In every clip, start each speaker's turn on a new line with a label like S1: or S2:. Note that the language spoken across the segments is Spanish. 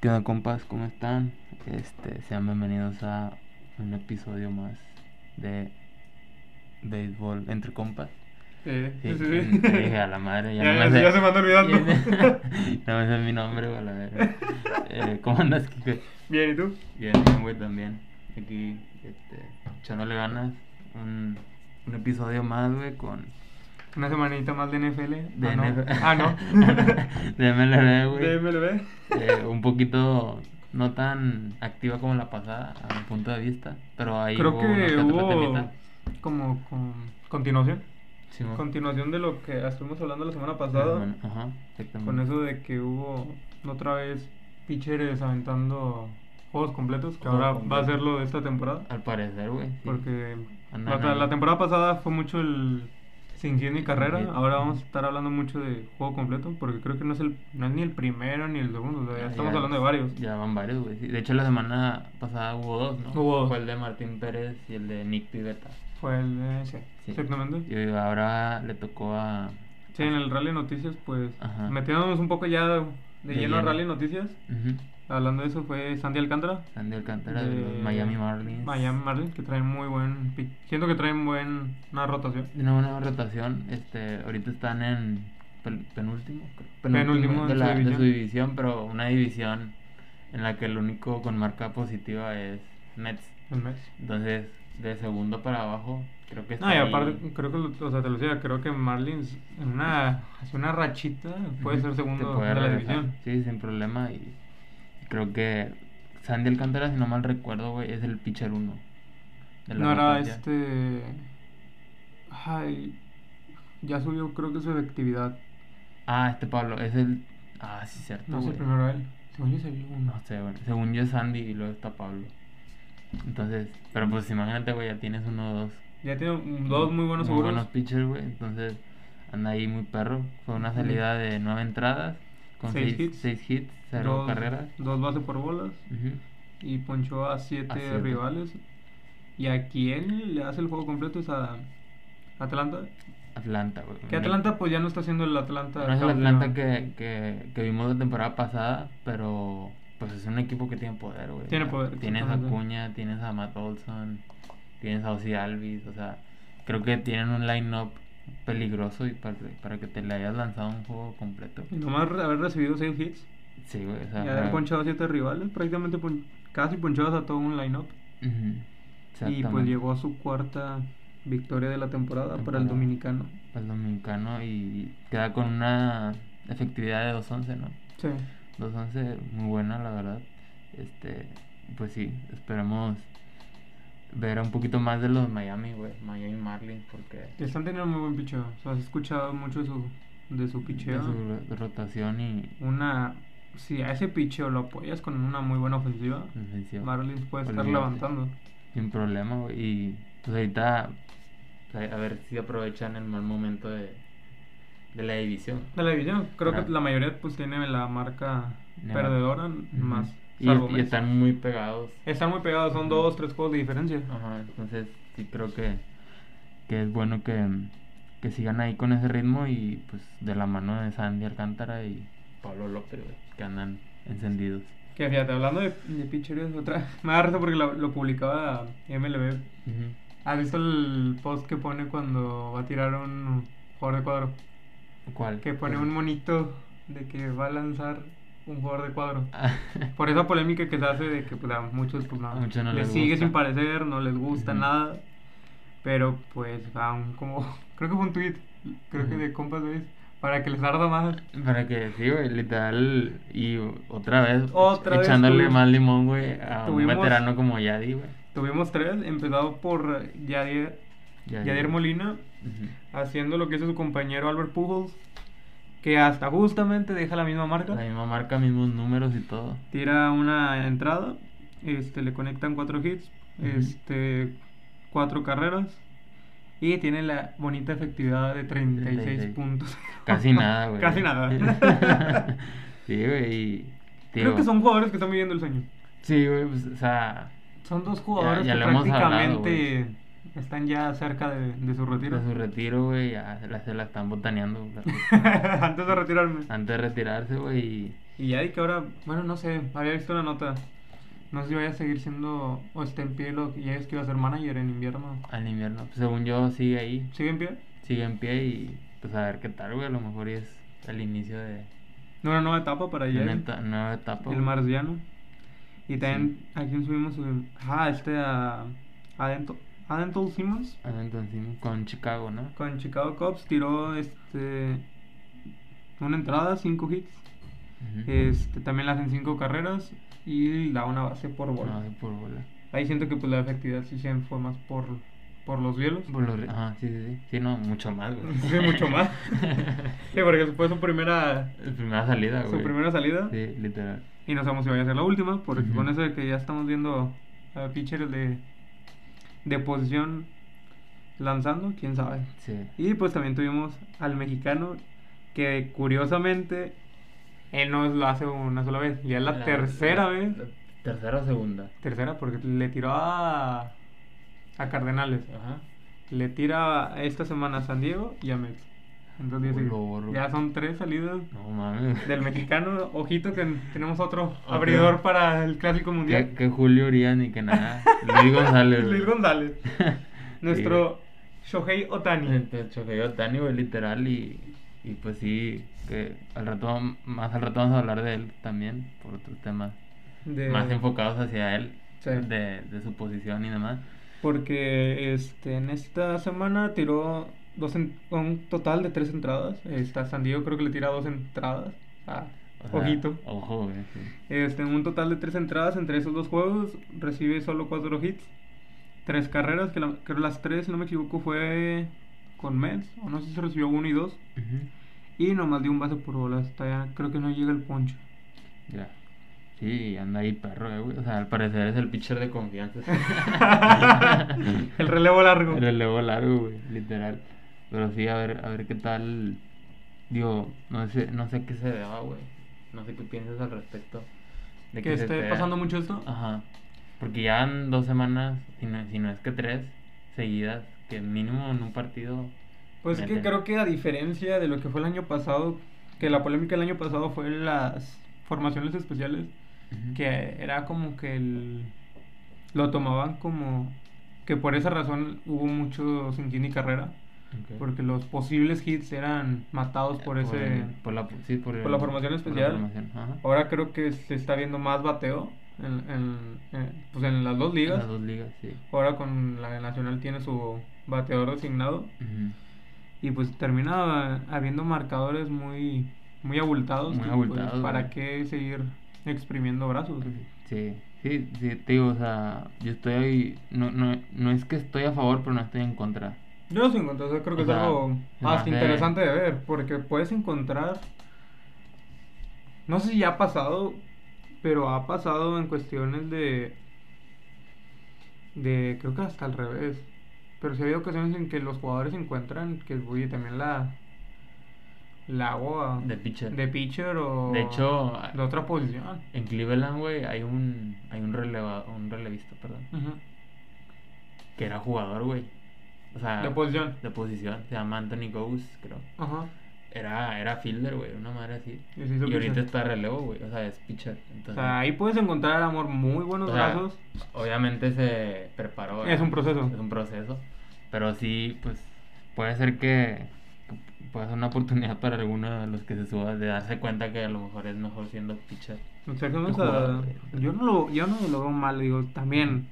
S1: ¿Qué onda compas? ¿Cómo están? Este, sean bienvenidos a un episodio más de Béisbol entre compas.
S2: Eh,
S1: Sí,
S2: sí, sí.
S1: sí, te dije a la madre, ya,
S2: Ya,
S1: no
S2: ya,
S1: me sé.
S2: ya se me anda olvidando.
S1: no me sé mi nombre, güey, a la verga. Eh, ¿Cómo andas, Kike?
S2: Bien, ¿y tú?
S1: Bien, bien, güey, también. Aquí, este, echándole ganas. Un, un episodio más, güey, con...
S2: Una semanita más de NFL.
S1: de
S2: ah, no.
S1: NFL.
S2: Ah, no.
S1: de MLB, güey.
S2: de MLB.
S1: eh, un poquito no tan activa como la pasada, a mi punto de vista. Pero ahí
S2: Creo
S1: hubo
S2: que
S1: unos otros
S2: hubo
S1: temitas.
S2: como con- continuación.
S1: Simón.
S2: Continuación de lo que estuvimos hablando la semana pasada.
S1: Ah, Bueno, ajá, exactamente.
S2: Con eso de que hubo otra vez pitchers aventando juegos completos, que
S1: Juego
S2: ahora va a
S1: completo.
S2: ser lo de esta temporada.
S1: Al parecer, güey. Ah, sí.
S2: Porque
S1: Andan
S2: la,
S1: ahí.
S2: la temporada pasada fue mucho el sin guión ni carrera.
S1: Sin guión.
S2: Ahora vamos a estar hablando mucho de juego completo. Porque creo que no es, el, no es ni el primero ni el segundo. o sea, ya
S1: Ah, Ya-
S2: estamos
S1: ya-
S2: hablando de varios.
S1: Ya van varios, güey. sí. De hecho, la semana pasada hubo dos, ¿no?
S2: Hubo dos.
S1: Fue el de Martín Pérez y el de Nick Pivetta.
S2: Fue el eh, de. Sí,
S1: Sí.
S2: exactamente.
S1: Y ahora le tocó a.
S2: Sí, en el Rally Noticias, pues
S1: Ajá.
S2: metiéndonos un poco ya de, de
S1: De
S2: lleno a
S1: lleno.
S2: Rally Noticias.
S1: Ujú.
S2: Hablando de eso, fue Sandy Alcántara.
S1: Sandy Alcántara de, los Miami Marlins.
S2: Miami Marlins, que traen muy buen. pi- Siento que traen buena rotación.
S1: Tienen una rotación. Este, ahorita están en pel- penúltimo, creo.
S2: Penúltimo
S1: de,
S2: en
S1: la-
S2: su
S1: de
S2: división.
S1: su división, pero una división en la que el único con marca positiva es Mets.
S2: El mes.
S1: Entonces, de segundo para abajo, creo que está
S2: No, y
S1: ahí.
S2: aparte, creo que, lo- o sea, te lo decía, creo que Marlins en una, hace una rachita puede
S1: Ujú,
S2: ser
S1: te
S2: segundo
S1: puede
S2: de la
S1: regresar.
S2: división.
S1: Sí, sin problema. Y creo que Sandy Alcántara, si no mal recuerdo, güey, es el pitcher uno. de la
S2: No era
S1: rotación.
S2: este. Ay, ya subió, creo que su efectividad.
S1: Ah, este Pablo, es el. Ah, sí, cierto.
S2: No sé,
S1: güey.
S2: primero él. Según yo salió uno.
S1: No sé, bueno, según yo es Sandy y luego está Pablo. Entonces, pero pues imagínate, güey, ya tienes uno o dos.
S2: Ya tiene un- dos muy buenos seguros.
S1: buenos pitchers, güey. Entonces, anda ahí muy perro. Fue una salida de nueve entradas, con
S2: Seis
S1: seis,
S2: hits.
S1: seis hits, cero
S2: dos,
S1: carreras.
S2: Dos bases por bolas.
S1: Ujú.
S2: Y ponchó a siete,
S1: A siete.
S2: rivales. Y a quien le hace el juego completo es a Atlanta.
S1: Atlanta, güey.
S2: Que Atlanta, pues ya no está siendo el Atlanta.
S1: No es el
S2: campeón.
S1: Atlanta que, que, que vimos la temporada pasada, pero pues es un equipo que tiene poder, güey.
S2: Tiene
S1: O sea,
S2: poder,
S1: Tienes a
S2: exactamente.
S1: Cuña, tienes a Matt Olson, tienes a Ozzy Alvis, o sea, creo que tienen un line-up peligroso y para, para que te le hayas lanzado un juego completo.
S2: Y nomás re- haber recibido 6 hits
S1: Sí, güey, o sea.
S2: y haber
S1: era-
S2: ponchado 7 rivales, prácticamente pon- casi ponchados a todo un lineup.
S1: Ujú,
S2: pues, Y
S1: exactamente.
S2: pues llegó a su cuarta victoria de la temporada para el
S1: Temporada.
S2: dominicano.
S1: Para el dominicano y queda con una efectividad de 2.11, ¿no?
S2: Sí.
S1: 2.11, muy buena, la verdad. Este, pues sí, esperamos ver un poquito más de los Miami, güey, Miami Marlins, porque
S2: Y Están teniendo muy buen picheo. O sea, has escuchado mucho de su, de su picheo.
S1: de su ro- rotación y
S2: Una. Si a ese picheo lo apoyas con una muy buena ofensiva,
S1: ofensiva,
S2: Marlins puede estar
S1: Olvídate.
S2: levantando.
S1: sin problema, güey. Y pues ahorita, pues, a ver si aprovechan el mal momento de, de la división.
S2: De la división, creo
S1: Ajá.
S2: que la mayoría pues tiene la marca
S1: Ya.
S2: perdedora,
S1: Ujú.
S2: más.
S1: Y-
S2: salvo
S1: y,
S2: Mets.
S1: están muy pegados.
S2: Están muy pegados, son
S1: Ujú.
S2: dos, tres juegos de diferencia.
S1: Ajá, entonces sí creo que, que es bueno que, que sigan ahí con ese ritmo y pues de la mano de Sandy Alcántara y Pablo López, güey, que andan encendidos.
S2: Que fíjate, hablando de, de pitchers, otra. Me da risa porque lo, lo publicaba MLB. ¿Has visto el post que pone cuando va a tirar un jugador de cuadro?
S1: ¿Cuál?
S2: Que pone un monito de que va a lanzar un jugador de cuadro.
S1: Ah,
S2: Por esa polémica que se hace de que pues, a muchos, pues, no,
S1: A muchos no les
S2: sigue
S1: gusta.
S2: sin parecer, no les gusta
S1: Ujú.
S2: nada. Pero pues, aún como. Creo que fue un tweet, creo que
S1: Ujú.
S2: de compas, ¿ves? Para que les arda más.
S1: Para que sí, güey, literal. Y otra vez,
S2: Otra vez
S1: echándole
S2: tuvimos-
S1: más limón, güey, a
S2: tuvimos-
S1: un veterano como Yadi, güey.
S2: Tuvimos tres, empezado por Yadier, Yadier Molina,
S1: Ujú.
S2: haciendo lo que hizo su compañero Albert Pujols, que hasta justamente deja la misma marca.
S1: La misma marca, mismos números y todo.
S2: Tira una entrada, este, le conectan cuatro hits,
S1: Ujú.
S2: este, cuatro carreras y tiene la bonita efectividad de 36,
S1: 36.
S2: puntos.
S1: Casi nada, güey.
S2: Casi nada.
S1: sí, güey. y,
S2: Creo
S1: digo,
S2: que son jugadores que están viviendo el sueño.
S1: Sí, güey, pues, o sea,
S2: Son dos jugadores
S1: ya
S2: que
S1: lo hemos hablado,
S2: prácticamente están ya cerca de, de su retiro.
S1: de su retiro, güey, ya se la, se la están botaneando. güey. Ah.
S2: Antes de retirarme.
S1: Antes de retirarse, güey, y
S2: Y ya de que ahora, bueno, no sé, había visto una nota. No sé si vaya a seguir siendo o está en pie lo que ya es que iba a ser manager en invierno.
S1: Al invierno. Pues, según yo, sigue ahí.
S2: ¿Sigue en pie?
S1: Sigue en pie y pues a ver qué tal, güey. A lo mejor y es el inicio de
S2: Una nueva etapa para
S1: una
S2: Jair,
S1: eta- nueva etapa.
S2: el
S1: güey.
S2: marciano. Y también, ¿a quién subimos? Ah, este a. Adento, Adental Simmons.
S1: Ah, Entonces, con Chicago, ¿no?
S2: Con Chicago Cubs tiró este una entrada, cinco hits.
S1: Ujú.
S2: Este, también las hacen cinco carreras y da una base por bola.
S1: No, eh. sí, por bola.
S2: Ahí siento que pues la efectividad sí se fue más por, por los bielos.
S1: Por los ri- Ajá, sí, sí, sí. Sí, no, mucho más, güey.
S2: Sí, mucho más. Sí, porque fue su primera
S1: El primera salida, Ah, güey.
S2: su primera salida.
S1: Sí, literal.
S2: Y no sabemos si vaya a ser la última, porque
S1: Ujú.
S2: con eso de que ya estamos viendo a pitchers de, de posición lanzando, quién sabe.
S1: Sí.
S2: Y pues también tuvimos al mexicano que curiosamente él no lo hace una sola vez, ya es la, tercera
S1: la-
S2: vez.
S1: la tercera o segunda.
S2: Tercera porque le tiró a, a Cardenales,
S1: Ajá.
S2: le tira esta semana a San Diego y a Mets. Entonces
S1: Uy,
S2: sí,
S1: lo borro.
S2: ya son tres salidas
S1: No mames.
S2: del mexicano. Ojito que tenemos otro
S1: Otro.
S2: abridor para el Clásico
S1: Que,
S2: Mundial.
S1: que Julio Urián y que nada. Luis González. güey.
S2: Luis González, nuestro Shohei Otani.
S1: Entonces, choqueó Dani, güey, literal. Y, y pues sí, que al rato, más al rato vamos a hablar de él también, por otros temas
S2: de-
S1: más enfocados hacia él,
S2: Sí.
S1: de, de su posición y demás.
S2: Porque este, en esta semana tiró dos en- un total de tres entradas. Está San Diego creo que le tira dos entradas. Ah,
S1: O sea,
S2: ojito.
S1: Ojo, güey. sí.
S2: Este, un total de tres entradas entre esos dos juegos. Recibe solo cuatro hits. Tres carreras, que la- creo las tres, si no me equivoco, fue con Mets. O no sé si recibió uno y dos.
S1: Ujú.
S2: Y nomás dio un base por bola. Hasta allá creo que no llega el poncho.
S1: Ya. Sí, anda ahí perro, eh, güey. O sea, al parecer es el pitcher de confianza.
S2: el relevo largo.
S1: El relevo largo, güey, literal. Pero sí, a ver, a ver qué tal. Digo, no sé, no sé qué se deba, güey. No sé qué piensas al respecto. De
S2: que
S1: se Ah,
S2: esté
S1: esté-
S2: pasando mucho esto.
S1: Ajá. Porque ya van dos semanas, si no, si no es que tres, seguidas, que mínimo en un partido.
S2: Pues es que
S1: meten.
S2: creo que a diferencia de lo que fue el año pasado, que la polémica el año pasado fue las formaciones especiales,
S1: Ujú.
S2: que era como que el- lo tomaban como que por esa razón hubo mucho sin hit ni carrera,
S1: Ok.
S2: porque los posibles hits eran matados por ese...
S1: el- por la, sí, por
S2: por la formación especial.
S1: formación, ajá.
S2: Ahora creo que se está viendo más bateo en, en- en- pues en las dos ligas.
S1: Las dos ligas, sí.
S2: Ahora con la Nacional tiene su bateador designado.
S1: Ujú.
S2: Y pues termina habiendo marcadores muy, muy abultados.
S1: Muy
S2: que,
S1: abultados,
S2: pues, ¿Para
S1: güey.
S2: qué seguir exprimiendo brazos?
S1: Sí, sí, sí, te digo, o sea, yo estoy. No, no, no es que estoy a favor, pero no estoy en contra.
S2: Yo los encontré, o sea, creo que
S1: O
S2: es
S1: sea,
S2: algo
S1: no
S2: hasta
S1: sé.
S2: interesante de ver, porque puedes encontrar. No sé si ya ha pasado, pero ha pasado en cuestiones de. de creo que hasta al revés. Pero sí ha habido ocasiones en que los jugadores encuentran que, oye, también la. la hago a-
S1: De pitcher.
S2: de pitcher o.
S1: De hecho,
S2: de otra posición.
S1: en Cleveland, güey, hay un, hay un, releva, un relevista, perdón, que era jugador, güey. O sea,
S2: De posición.
S1: de posición, se llama Anthony Goes, creo.
S2: Ajá.
S1: Era, era fielder, güey, una madre así.
S2: Y se hizo
S1: Y ahorita
S2: pitcher.
S1: está relevo, güey, o sea, es pitcher.
S2: O
S1: Entonces,
S2: sea, ahí puedes encontrar, amor, muy buenos
S1: o sea,
S2: brazos.
S1: Obviamente se preparó.
S2: Es un proceso.
S1: Es un proceso. Pero sí, pues, puede ser que, que pueda ser una oportunidad para alguno de los que se suba de darse cuenta que a lo mejor es mejor siendo pitcher.
S2: Entonces, vamos
S1: Qué
S2: a-
S1: jugador, güey.
S2: yo, no lo, yo no lo veo mal, digo, también.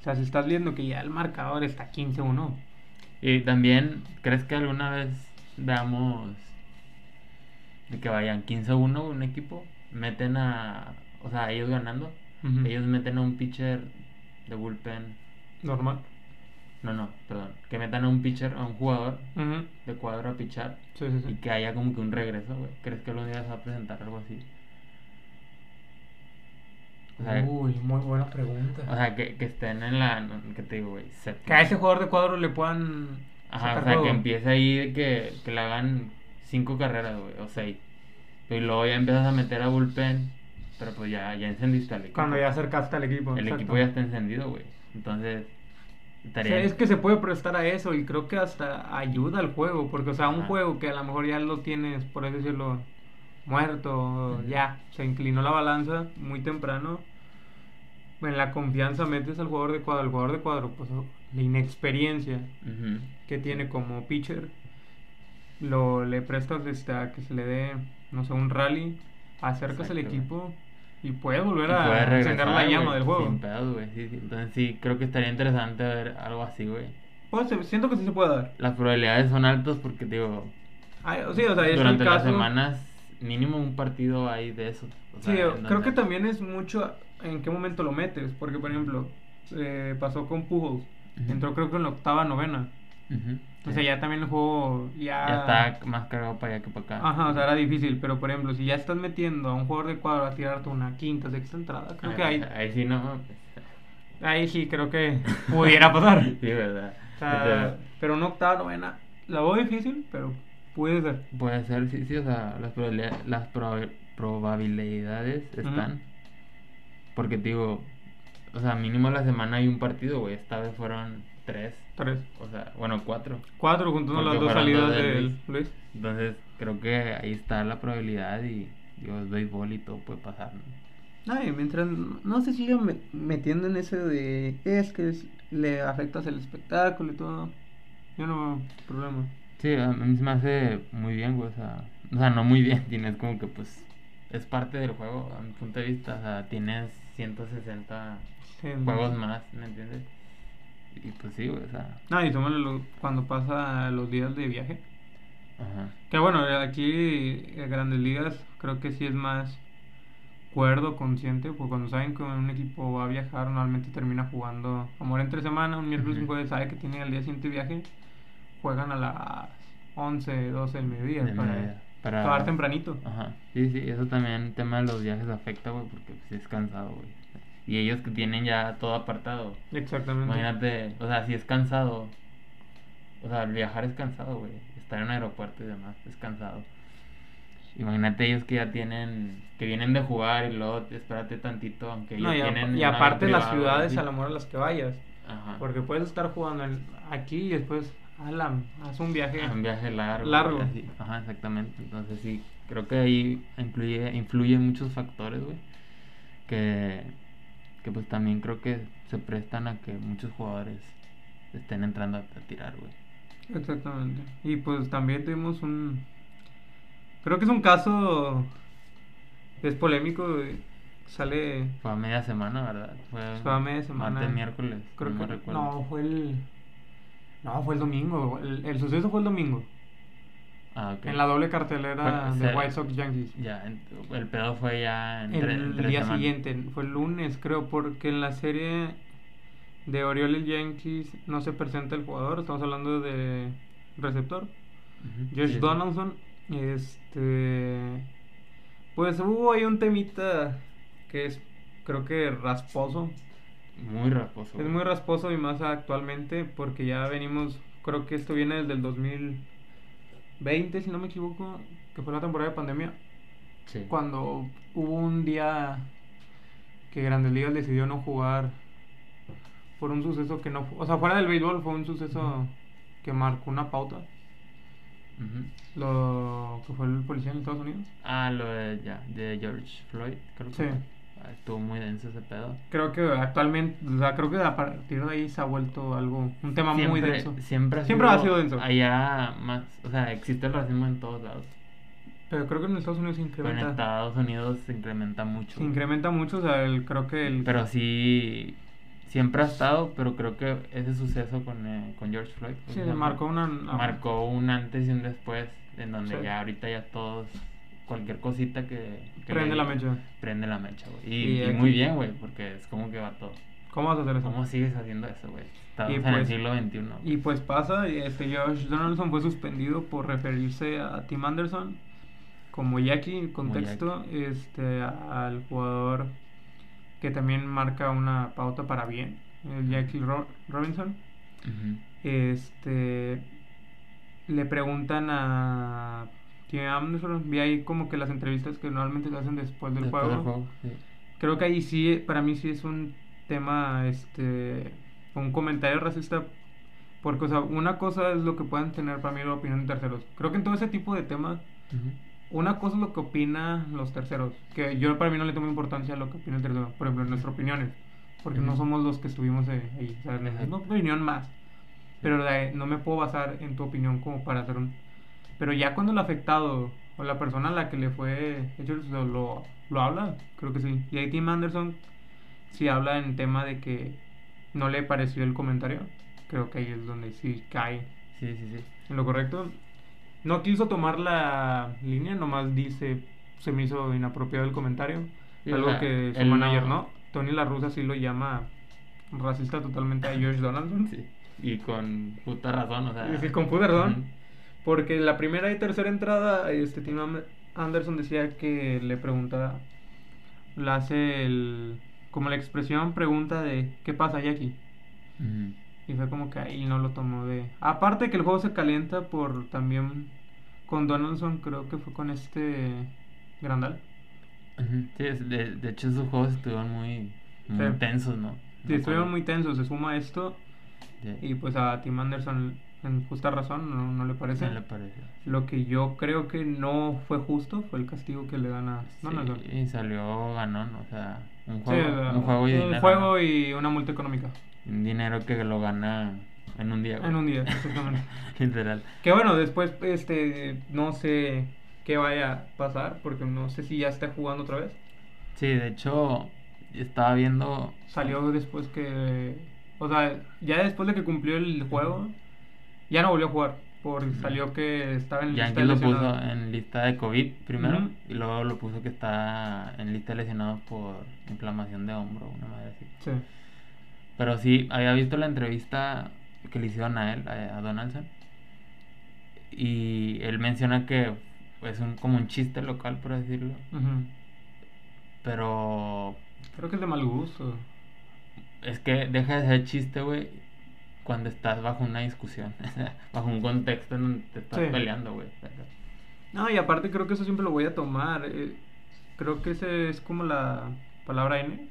S2: O sea, si estás viendo que ya el marcador está 15-1.
S1: Y también, ¿crees que alguna vez veamos de que vayan 15-1 un equipo? Meten a. O sea, ellos ganando.
S2: Ujú.
S1: Ellos meten a un pitcher de bullpen.
S2: Normal.
S1: No, no, perdón. Que metan a un pitcher, a un jugador
S2: Ujú.
S1: de cuadro a pichar
S2: Sí, sí,
S1: y
S2: sí.
S1: que haya como que un regreso, güey. ¿Crees que algún día se va a presentar algo así? O sea,
S2: Uy, muy buena pregunta.
S1: o sea, que, que estén en la. ¿Qué te digo, güey?
S2: que a ese jugador de cuadro le puedan.
S1: Ajá,
S2: sacar
S1: o sea,
S2: juego.
S1: que empiece ahí de que, que le hagan cinco carreras, güey, o seis. Pues, Y luego ya empiezas a meter a bullpen, pero pues ya, ya encendiste al equipo.
S2: Cuando ya acercaste al equipo.
S1: El
S2: exacto.
S1: equipo ya está encendido, güey. Entonces,
S2: O
S1: estaría...
S2: sea, es que se puede prestar a eso y creo que hasta ayuda al juego, porque, o sea, un
S1: Ajá.
S2: juego que a lo mejor ya lo tienes, por así decirlo, muerto, ya, se inclinó la balanza muy temprano. En la confianza metes al jugador de cuadro, al jugador de cuadro, pues la inexperiencia
S1: Ujú.
S2: que tiene como pitcher, lo le prestas este, a que se le dé, no sé, un rally, acercas al
S1: Exacto, güey.
S2: equipo y puedes
S1: Y
S2: volver
S1: puede
S2: a
S1: regresar,
S2: sacar la llama
S1: güey,
S2: del juego.
S1: Sin pedos, güey. sí, sí. Entonces sí, creo que estaría interesante ver algo así, güey.
S2: Pues, se- siento que sí se puede dar.
S1: Las probabilidades son altas porque, digo,
S2: Ay, sí, o sea, es
S1: durante
S2: el caso.
S1: las semanas mínimo un partido hay de eso. o
S2: Sí,
S1: sea,
S2: yo
S1: en
S2: creo
S1: donde-
S2: que también es mucho en qué momento lo metes, porque por ejemplo, eh, pasó con Pujols,
S1: Ujú.
S2: entró creo que en la octava novena,
S1: Ujú,
S2: o
S1: sí.
S2: sea, ya también el juego ya...
S1: Ya está más cargado para allá que para acá.
S2: Ajá, o sea, era difícil, pero por ejemplo, si ya estás metiendo a un jugador de cuadro a tirarte una quinta, sexta entrada, creo
S1: Ah,
S2: que ahí,
S1: Ahí sí no. pues.
S2: ahí sí creo que pudiera pasar.
S1: Sí, verdad.
S2: O sea, pero una octava novena, la veo difícil, pero puede ser.
S1: Puede ser, sí, sí, o sea, las, probabilidad- las proba- probabilidades están.
S2: Ujú.
S1: Porque te digo, o sea, mínimo a la semana hay un partido, güey. Esta vez fueron tres,
S2: Tres.
S1: o sea, bueno, cuatro.
S2: Cuatro juntos
S1: Porque
S2: las dos
S1: fueron dos
S2: salidas
S1: de
S2: de
S1: Luis.
S2: Luis.
S1: Entonces, creo que ahí está la probabilidad y, digo, es béisbol y todo puede pasar, ¿no?
S2: Ay, mientras no se sigan me- metiendo en eso de es que es- le afectas el espectáculo y todo, yo no veo problema.
S1: Sí, a mí se me hace muy bien, güey, o sea, o sea, no muy bien, tienes como que, pues, es parte del juego, a mi punto de vista, o sea, tienes 160
S2: Sí,
S1: juegos más, ¿me entiendes? Y pues sí, güey, o sea,
S2: No, y tómalo lo- cuando pasa los días de viaje.
S1: ajá.
S2: Que bueno, aquí en Grandes Ligas creo que sí es más cuerdo, consciente, porque cuando saben que un equipo va a viajar, normalmente termina jugando, como era entre semana, un miércoles,
S1: Ujú.
S2: un jueves, sabe que tiene al día siguiente viaje, juegan a las 11, 12 del mediodía
S1: de
S2: para
S1: media, para-
S2: acabar tempranito.
S1: Ajá, sí, sí, eso también, el tema de los viajes afecta, güey, porque pues, sí es cansado, güey. Y ellos que tienen ya todo apartado,
S2: Exactamente.
S1: imagínate, o sea, si es cansado, o sea, el viajar es cansado, güey, estar en un aeropuerto y demás es cansado. Imagínate ellos que ya tienen, que vienen de jugar y luego espérate tantito, aunque ellos
S2: No, y, a-
S1: tienen
S2: y
S1: un avión
S2: aparte las
S1: privado,
S2: ciudades
S1: sí.
S2: a lo mejor a las que vayas,
S1: Ajá.
S2: porque puedes estar jugando en- aquí y después, alam, haz un viaje.
S1: un viaje largo.
S2: Largo.
S1: y así. Ajá, exactamente. Entonces sí, creo que ahí incluye, influye muchos factores, güey. Que, que pues también creo que se prestan a que muchos jugadores estén entrando a, a tirar, güey.
S2: Exactamente. Y pues también tuvimos un. Creo que es un caso. Es polémico. eh, Sale.
S1: Fue a media semana, ¿verdad? Fue,
S2: Fue a media semana.
S1: Martes, miércoles.
S2: Creo
S1: no me
S2: que.
S1: recuerdo.
S2: No, fue el. No, fue el domingo. El, el suceso fue el domingo.
S1: Ah, ok.
S2: En la doble cartelera
S1: Fue-
S2: de
S1: se-
S2: White Sox Yankees.
S1: Ya, en- el pedo fue ya en tre- en
S2: el
S1: tres
S2: día
S1: semanas.
S2: siguiente, fue el lunes, creo, porque en la serie de Orioles Yankees no se presenta el jugador, estamos hablando de receptor,
S1: Ujú,
S2: Josh
S1: sí, sí.
S2: Donaldson. Este. Pues hubo ahí un temita que es, creo que rasposo.
S1: Muy raposo.
S2: Es
S1: güey.
S2: muy rasposo y más actualmente porque ya venimos, creo que esto viene desde el 2020, si no me equivoco, que fue la temporada de pandemia
S1: Sí.
S2: cuando hubo un día que Grandes Ligas decidió no jugar por un suceso que no, fu- o sea, fuera del béisbol fue un suceso que marcó una pauta,
S1: Ujú.
S2: lo que fue el policía en Estados Unidos.
S1: Ah, lo de, ya, de George Floyd, creo que
S2: Sí.
S1: fue. Ah, Estuvo muy denso ese pedo.
S2: Creo que actualmente, o sea, creo que a partir de ahí se ha vuelto algo, un tema muy
S1: Siempre-
S2: denso.
S1: Siempre, ha,
S2: Siempre
S1: sido,
S2: ha sido denso.
S1: Allá más, o sea, existe el racismo en todos lados.
S2: Pero creo que en Estados Unidos se
S1: Pero en
S2: incrementa,
S1: Estados Unidos se incrementa mucho.
S2: se incrementa mucho, o sea, el- creo que el...
S1: Pero sí, siempre ha estado, pero creo que ese suceso con, eh, con George Floyd. ¿cómo
S2: sí,
S1: se llama?
S2: marcó una...
S1: Marcó un antes y un después, en donde
S2: Sí.
S1: ya ahorita ya todos, cualquier cosita que... que le
S2: Prende la
S1: digan,
S2: mecha.
S1: Prende la mecha, güey.
S2: Y
S1: Y, y
S2: aquí-
S1: muy bien, güey, porque es como que va todo.
S2: ¿Cómo vas a hacer eso?
S1: ¿Cómo sigues haciendo eso, güey? Estamos
S2: Y
S1: en el
S2: pues-
S1: siglo XXI.
S2: Y pues pasa, este Josh Donaldson fue suspendido por referirse a Tim Anderson como Jackie, en contexto, este al jugador que también marca una pauta para bien, el Jackie Ro- Robinson.
S1: Ujú.
S2: Este le preguntan a Tim Anderson, vi ahí como que las entrevistas que normalmente se hacen después del
S1: Después
S2: juego.
S1: del juego, sí.
S2: Creo que ahí sí, para mí sí es un tema, este, un comentario racista, porque, o sea, una cosa es lo que puedan tener para mí la opinión de terceros. Creo que en todo ese tipo de temas, una cosa es lo que opinan los terceros, que yo para mí no le tomo importancia a lo que opina el tercero, por ejemplo, en nuestras opiniones, porque no
S1: Ujú.
S2: somos los que estuvimos eh, ahí, o sea, no es
S1: Exacto.
S2: una opinión más, pero la- no me puedo basar en tu opinión como para hacer un... Pero ya cuando el afectado o la persona a la que le fue hecho el suceso lo, lo habla, creo que sí. Y ahí Tim Anderson sí habla en tema de que no le pareció el comentario, creo que ahí es donde sí cae
S1: Sí, sí, sí.
S2: en lo correcto. No quiso tomar la línea, nomás dice, se me hizo inapropiado el comentario.
S1: Sí,
S2: algo
S1: o sea,
S2: que su
S1: él
S2: manager no.
S1: no-
S2: Tony La Russa sí lo llama racista totalmente a Josh Donaldson.
S1: Sí. Y con puta razón, o sea.
S2: Sí, sí, con puta razón.
S1: Ujú.
S2: Porque en la primera y tercera entrada, este Tim Am- Anderson decía que le pregunta, le hace el, como la expresión pregunta de, ¿qué pasa Jackie?
S1: Ujú.
S2: Y fue como que ahí no lo tomó de... Aparte que el juego se calienta por también con Donaldson, creo que fue con este Grandal.
S1: Ujú. Sí, es- de, de hecho esos juegos estuvieron muy, muy
S2: Sí.
S1: tensos, ¿no?
S2: Sí,
S1: Me acuerdo.
S2: estuvieron muy tensos, se suma esto
S1: Sí.
S2: y pues a Tim Anderson en justa razón no, no le parece.
S1: No le pareció.
S2: Lo que yo creo que no fue justo fue el castigo que le dan a Donaldson.
S1: Sí, y salió ganón, o sea, un
S2: Sí,
S1: juego,
S2: o sea,
S1: un juego y dinero,
S2: juego
S1: ¿no?
S2: y una multa económica
S1: Un dinero que lo gana en un día. güey.
S2: en un día, exactamente.
S1: Literal.
S2: Que bueno, después, este, no sé qué vaya a pasar, porque no sé si ya está jugando otra vez.
S1: Sí, de hecho, estaba viendo.
S2: Salió después que, o sea, ya después de que cumplió el juego, ya no volvió a jugar, porque
S1: Ujú.
S2: salió que estaba en lista
S1: Yankee
S2: de
S1: lo puso
S2: lesionados.
S1: en lista de COVID primero
S2: Ujú.
S1: y luego lo puso que está en lista de lesionados por inflamación de hombro, una madre así.
S2: Sí.
S1: Pero sí, había visto la entrevista que le hicieron a él, a, a Donaldson. Y él menciona que es un, como un chiste local, por decirlo.
S2: Ujú.
S1: Pero
S2: Creo que es de mal gusto.
S1: es que deja de ser chiste, güey, cuando estás bajo una discusión, o sea, bajo un contexto en donde te estás
S2: Sí.
S1: peleando, güey. O sea,
S2: No, y aparte creo que eso siempre lo voy a tomar. eh, creo que ese es como la palabra N.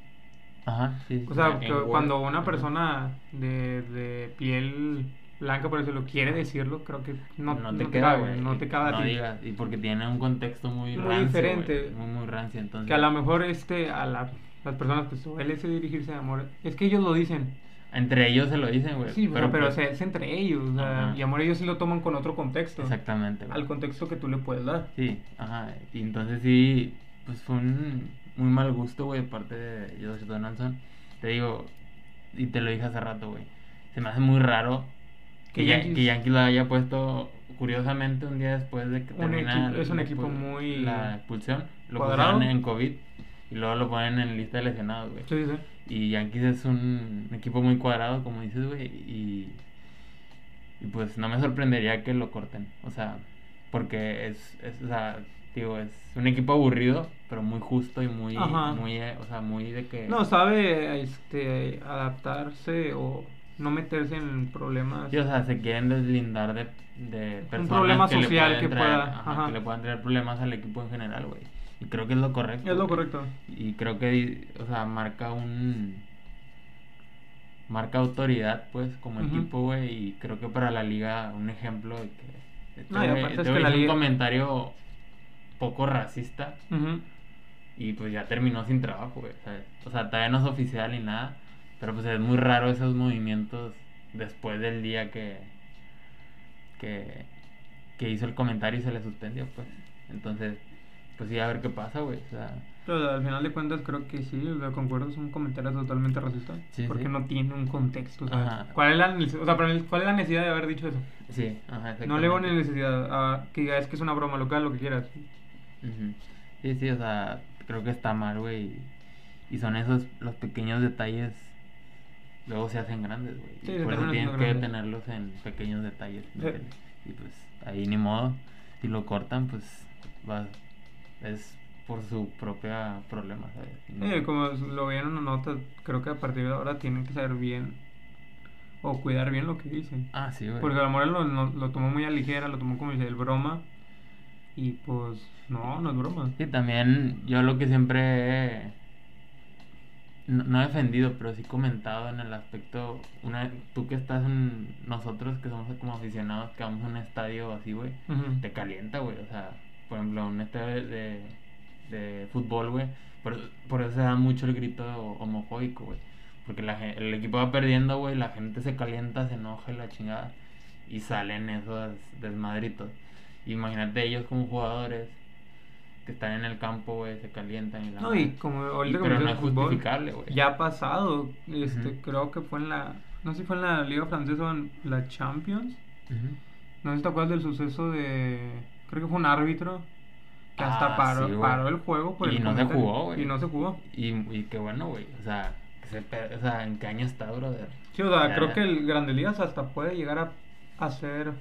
S1: Ajá, sí. sí,
S2: O sea,
S1: sí.
S2: que cuando una persona de, de piel blanca, por eso lo quiere decirlo, creo que no,
S1: no te queda, güey.
S2: No te cabe a
S1: No
S2: ti.
S1: digas, y porque tiene un contexto muy,
S2: Muy
S1: rancio,
S2: diferente.
S1: güey, Muy, muy rancio, entonces.
S2: Que a lo mejor este, a la- las personas que suele dirigirse de amor, es que ellos lo dicen.
S1: Entre ellos se lo dicen, güey.
S2: sí, o sea, pero,
S1: pues,
S2: se- es entre ellos. o sea,
S1: Ajá.
S2: y amor ellos sí lo toman con otro contexto.
S1: Exactamente, güey.
S2: Al contexto que tú le puedes dar.
S1: Sí, ajá. Y entonces sí, pues fue un muy mal gusto, güey, de parte de Josh Donaldson. Te digo, y te lo dije hace rato, güey. Se me hace muy raro
S2: Que
S1: que, ya,
S2: Yankees-
S1: que Yankees lo haya puesto, curiosamente, un día después de que
S2: Un
S1: termina
S2: equipo- es un
S1: la
S2: equipo
S1: expul-
S2: muy
S1: La expulsión. Lo
S2: cuadrado.
S1: pusieron en COVID y luego lo ponen en lista de lesionados, güey.
S2: Sí, sí.
S1: Y Yankees es un equipo muy cuadrado, como dices, güey. Y, y pues no me sorprendería que lo corten. O sea, porque es, es, o sea, digo, es un equipo aburrido, pero muy justo y muy,
S2: Ajá.
S1: muy eh, o sea, muy de que...
S2: No, sabe este, adaptarse o no meterse en problemas.
S1: Sí, o sea, se quieren deslindar de, de personas
S2: pues. problema
S1: que le
S2: social
S1: pueden
S2: que
S1: traer-
S2: pueda,
S1: ajá,
S2: ajá.
S1: que le puedan traer problemas al equipo en general, güey. Y creo que es lo correcto.
S2: es lo
S1: güey.
S2: correcto.
S1: Y creo que, di- o sea, marca un... Marca autoridad, pues, como
S2: Ujú.
S1: equipo, güey. Y creo que para la liga, un ejemplo de que... Este
S2: No, y
S1: güey-
S2: aparte es
S1: este
S2: que
S1: güey
S2: la
S1: hizo un
S2: liga-
S1: comentario poco racista.
S2: Ujú.
S1: Y pues ya terminó sin trabajo, güey. ¿sabes? O sea, todavía no es oficial ni nada. Pero pues es muy raro esos movimientos después del día que. que. que hizo el comentario y se le suspendió, pues. Entonces, pues sí, a ver qué pasa, güey. O sea,
S2: Pero al final de cuentas creo que sí, o sea, concuerdo, es un comentario totalmente racista.
S1: Sí,
S2: porque
S1: sí.
S2: no tiene un contexto. ¿sabes?
S1: Ajá.
S2: ¿Cuál, es la, nece- o sea, para mí, ¿Cuál es la necesidad de haber dicho eso?
S1: sí, ajá,
S2: No le veo ni
S1: exactamente.
S2: necesidad a que diga, es que es una broma local, lo que quieras.
S1: Ujú. Sí, sí, o sea, creo que está mal, güey. Y son esos, los pequeños detalles, luego se hacen grandes, güey.
S2: Sí,
S1: Y
S2: se
S1: por eso tienes
S2: terminan haciendo
S1: que
S2: grandes.
S1: tenerlos en pequeños detalles. ¿me
S2: Sí.
S1: entiendes? Y pues ahí ni modo. Si lo cortan, pues va, es por su propia problema, ¿sabes? Y no-
S2: Eh, como lo vi en una nota, creo que a partir de ahora tienen que saber bien o cuidar bien lo que dicen.
S1: Ah, sí, güey.
S2: Porque la moral lo, no- lo tomó muy a ligera, lo tomó como dice, el broma. Y pues, no, no es broma.
S1: Sí, también yo lo que siempre he- no, no he defendido, pero sí comentado en el aspecto, una tú que estás en nosotros que somos como aficionados que vamos a un estadio así, güey,
S2: Ujú.
S1: te calienta, güey, o sea, por ejemplo, en este de, de fútbol, güey, por, por eso se da mucho el grito homofóbico, güey. Porque la, gen- el equipo va perdiendo, güey, la gente se calienta, se enoja y la chingada. Y salen esos desmadritos. Imagínate ellos como jugadores que están en el campo, güey, se calientan y la
S2: No, y
S1: madre.
S2: como ahorita
S1: Y-
S2: que
S1: pero no
S2: mencionas
S1: es
S2: fútbol,
S1: justificable, güey.
S2: Ya ha pasado, este,
S1: Ujú.
S2: creo que fue en la, no sé si fue en la Liga Francesa o en la Champions.
S1: Ujú.
S2: No sé si te acuerdas del suceso de, creo que fue un árbitro que
S1: Ah,
S2: hasta paró,
S1: sí, güey.
S2: paró el juego por
S1: Y
S2: el
S1: no se
S2: comentario.
S1: jugó, güey.
S2: Y no se jugó.
S1: Y, y qué bueno, güey. O sea, que se pe- o sea, ¿en qué año está, brother?
S2: Sí, o sea,
S1: Ya,
S2: creo
S1: ya.
S2: que el Grande Ligas hasta puede llegar a hacer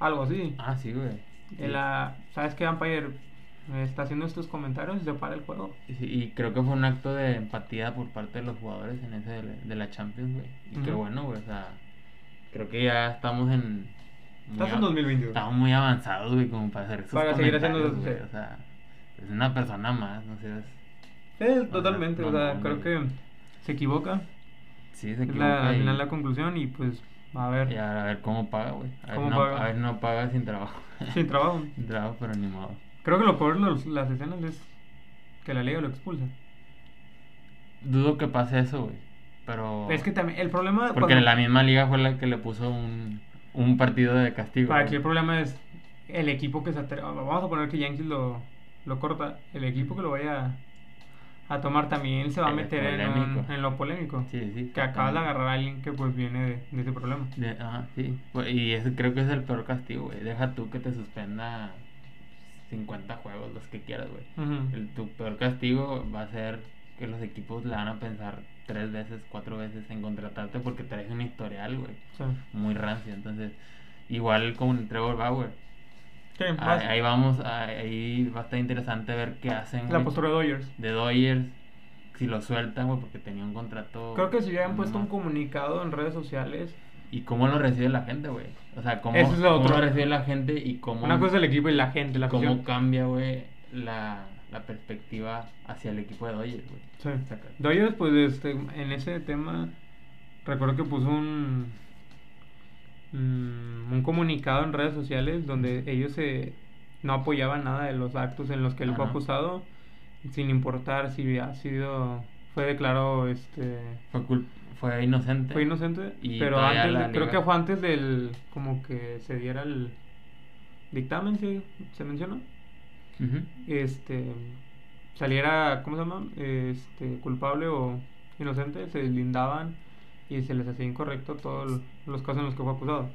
S2: algo así.
S1: Ah, sí, güey.
S2: En la- ¿Sabes qué, Vampire? Me Está haciendo estos comentarios y se para el juego.
S1: Sí, Y creo que fue un acto de empatía por parte de los jugadores en ese de la, de la Champions, güey. Y qué
S2: Ujú.
S1: bueno, güey. O sea, creo que ya estamos en. muy
S2: Estás
S1: av-
S2: en 2022.
S1: Estamos muy avanzados, güey, como para hacer esos
S2: Para seguir haciendo
S1: comentarios,
S2: esos-
S1: güey. O sea, es una persona más, no sé. es-
S2: Eh, totalmente,
S1: no,
S2: o sea,
S1: no,
S2: creo
S1: no.
S2: que se equivoca.
S1: sí, se
S2: Es
S1: equivoca.
S2: la, al
S1: y,
S2: final la conclusión y pues a ver,
S1: y a ver cómo paga, güey. A, ver
S2: ¿Cómo
S1: no-
S2: paga?
S1: a ver, no paga sin trabajo.
S2: sin trabajo.
S1: sin trabajo, pero ni modo.
S2: Creo que lo peor de los- las escenas es que la liga lo expulsa.
S1: Dudo que pase eso, güey. Pero.
S2: Es que también el problema
S1: Porque
S2: cuando-
S1: la misma liga fue la que le puso un, un partido de castigo.
S2: para
S1: güey.
S2: aquí el problema es el equipo que se atre- vamos a poner que Yankees lo, lo corta, el equipo que lo vaya a tomar también se va a
S1: En lo
S2: meter en,
S1: polémico.
S2: un- en lo polémico.
S1: Sí, sí.
S2: Que acabas de agarrar a alguien que pues viene de, de ese problema.
S1: De- ajá, sí. Pues, Y ese creo que es el peor castigo, güey. Deja tú que te suspenda 50 juegos, los que quieras, güey.
S2: Ujú.
S1: El, tu peor castigo va a ser que los equipos le van a pensar tres veces, cuatro veces en contratarte porque traes un historial, güey.
S2: Sí.
S1: Muy rancio. Entonces, igual con Trevor Bauer.
S2: Sí,
S1: Ah,
S2: vas.
S1: Ahí vamos, ah, ahí va a estar interesante ver qué hacen.
S2: la
S1: güey.
S2: postura de Dodgers.
S1: de Dodgers, si lo sueltan, güey, porque tenía un contrato.
S2: Creo que si hubieran
S1: no
S2: puesto un
S1: más.
S2: comunicado en redes sociales,
S1: ¿Y cómo lo recibe la gente, güey? O sea, ¿cómo,
S2: Eso es lo
S1: cómo
S2: otro.
S1: lo recibe la gente y cómo,
S2: una cosa es el equipo y la gente, la
S1: cómo
S2: afición.
S1: cambia, güey, la, la perspectiva hacia el equipo de Dodgers, güey?
S2: Sí.
S1: Saca.
S2: Dodgers, pues este, en ese tema, recuerdo que puso un, mm, un comunicado en redes sociales donde ellos se, no apoyaban nada de los actos en los que él fue
S1: Ajá.
S2: acusado, sin importar si ha sido, fue declarado, este,
S1: Fue, cul- fue inocente.
S2: fue inocente,
S1: Y
S2: pero
S1: todavía
S2: antes,
S1: la
S2: de- creo
S1: liga-
S2: que fue antes del, como que se diera el dictamen, ¿sí? ¿se mencionó?
S1: Ujú.
S2: este saliera, ¿cómo se llama? Este, culpable o inocente, se deslindaban y se les hacía incorrecto todos lo- los casos en los que fue acusado.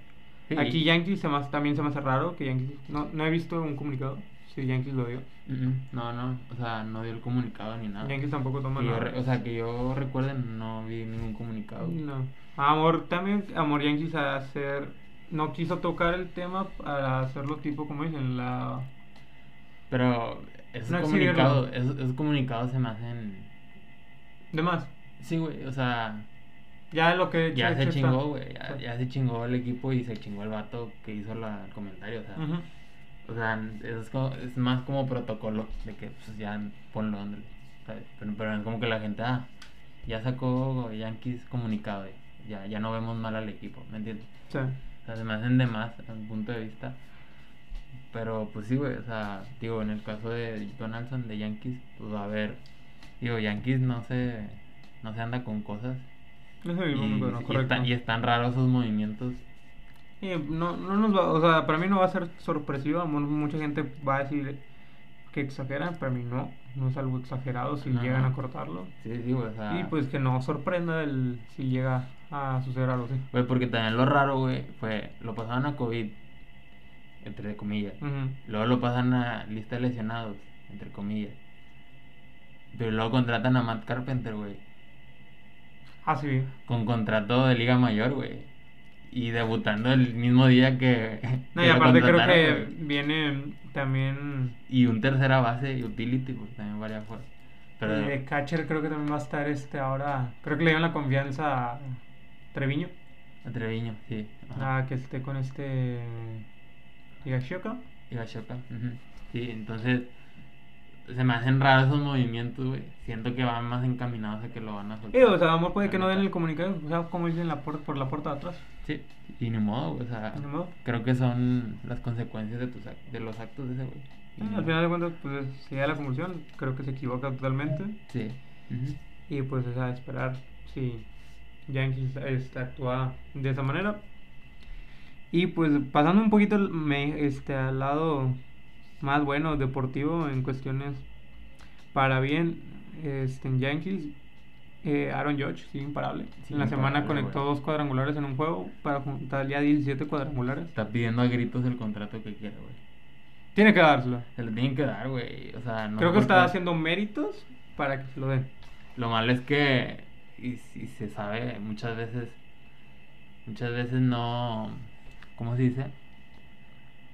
S1: Sí,
S2: Aquí Yankees se me hace- también se me hace raro que Yankees no, no he visto un comunicado si Yankees lo dio.
S1: ujú. No, no, o sea, no dio el comunicado ni nada.
S2: Yankees tampoco toma
S1: Que yo
S2: nada.
S1: re- o sea, que yo recuerde, no vi ningún comunicado. güey.
S2: No. Amor, también Amor Yankees a hacer no quiso tocar el tema para hacerlo tipo como dicen la
S1: Pero esos,
S2: No
S1: comunicados,
S2: exhibirlo.
S1: esos, esos comunicados se me hacen.
S2: demás.
S1: Sí, güey, o sea,
S2: Ya lo que
S1: ya se
S2: está.
S1: chingó, güey. Ya,
S2: Sí.
S1: ya se chingó el equipo y se chingó el vato que hizo la, el comentario. O sea,
S2: Ujú.
S1: o sea es, como- es más como protocolo de que pues ya ponlo ándale, ¿sabes? Pero, pero es como que la gente, ah, ya sacó Yankees comunicado, eh, ya, ya no vemos mal al equipo, ¿me entiendes?
S2: Sí.
S1: O sea, se me hacen de más a mi punto de vista. Pero pues sí, güey, o sea, digo, en el caso de Donaldson de Yankees, pues a ver, digo, Yankees no se, no se anda con cosas.
S2: No se
S1: Y,
S2: vio muy bueno,
S1: y
S2: correcto.
S1: están, y están raros sus movimientos.
S2: Eh, no, no nos va, o sea, para mí no va a ser sorpresivo, a lo mejor mucha gente va a decir que exageran, para mí no, no es algo exagerado si
S1: No,
S2: llegan
S1: no.
S2: a cortarlo.
S1: Sí, sí, güey, o sea.
S2: Y pues que no sorprenda el, si llega a suceder algo así.
S1: Güey, porque también lo raro, güey, fue. Lo pasaron a COVID, entre comillas.
S2: Ujú.
S1: Luego lo pasan a lista de lesionados, entre comillas. Pero luego contratan a Matt Carpenter, güey.
S2: Ah, sí,
S1: Con contrato de Liga Mayor, güey. Y debutando el mismo día que.
S2: No,
S1: que
S2: y
S1: lo
S2: aparte creo que
S1: contrataron, güey.
S2: viene también
S1: Y un tercera base y utility, porque también varias fue. Pero.
S2: y de eh, catcher creo que también va a estar este ahora, creo que le dieron la confianza a Treviño,
S1: a Treviño, sí. ajá.
S2: a que esté con este Higashioka.
S1: Y Gashoka, ujú. Sí, entonces, se me hacen raros esos movimientos, güey. Siento que van más encaminados a que lo van a soltar.
S2: Eh, o sea, a lo mejor puede que no den el comunicado, o sea, como dicen la por, por la puerta de atrás.
S1: Sí, y ni modo, güey, o sea,
S2: Ni modo.
S1: creo que son las consecuencias de, tus ac- de los actos de ese güey. Y
S2: Eh,
S1: ni
S2: al
S1: modo.
S2: final de cuentas, pues si llega a la conclusión, creo que se equivoca totalmente.
S1: Sí. Ujú.
S2: Y pues, o sea, esperar si Yankees este, actúa de esa manera. Y pues, pasando un poquito al- me, este, al lado más bueno, deportivo, en cuestiones para bien, este, en Yankees, eh, Aaron Judge sigue imparable.
S1: Sigue
S2: en la semana
S1: imparable,
S2: conectó
S1: güey.
S2: dos cuadrangulares en un juego para juntar ya 17 cuadrangulares.
S1: Está pidiendo a gritos el contrato que quiere, güey.
S2: Tiene que dárselo.
S1: Se lo tienen que dar, güey. O sea, no
S2: Creo que
S1: porque-
S2: está haciendo méritos para que se lo den.
S1: Lo malo es que, y, y se sabe muchas veces, muchas veces no, ¿cómo se dice?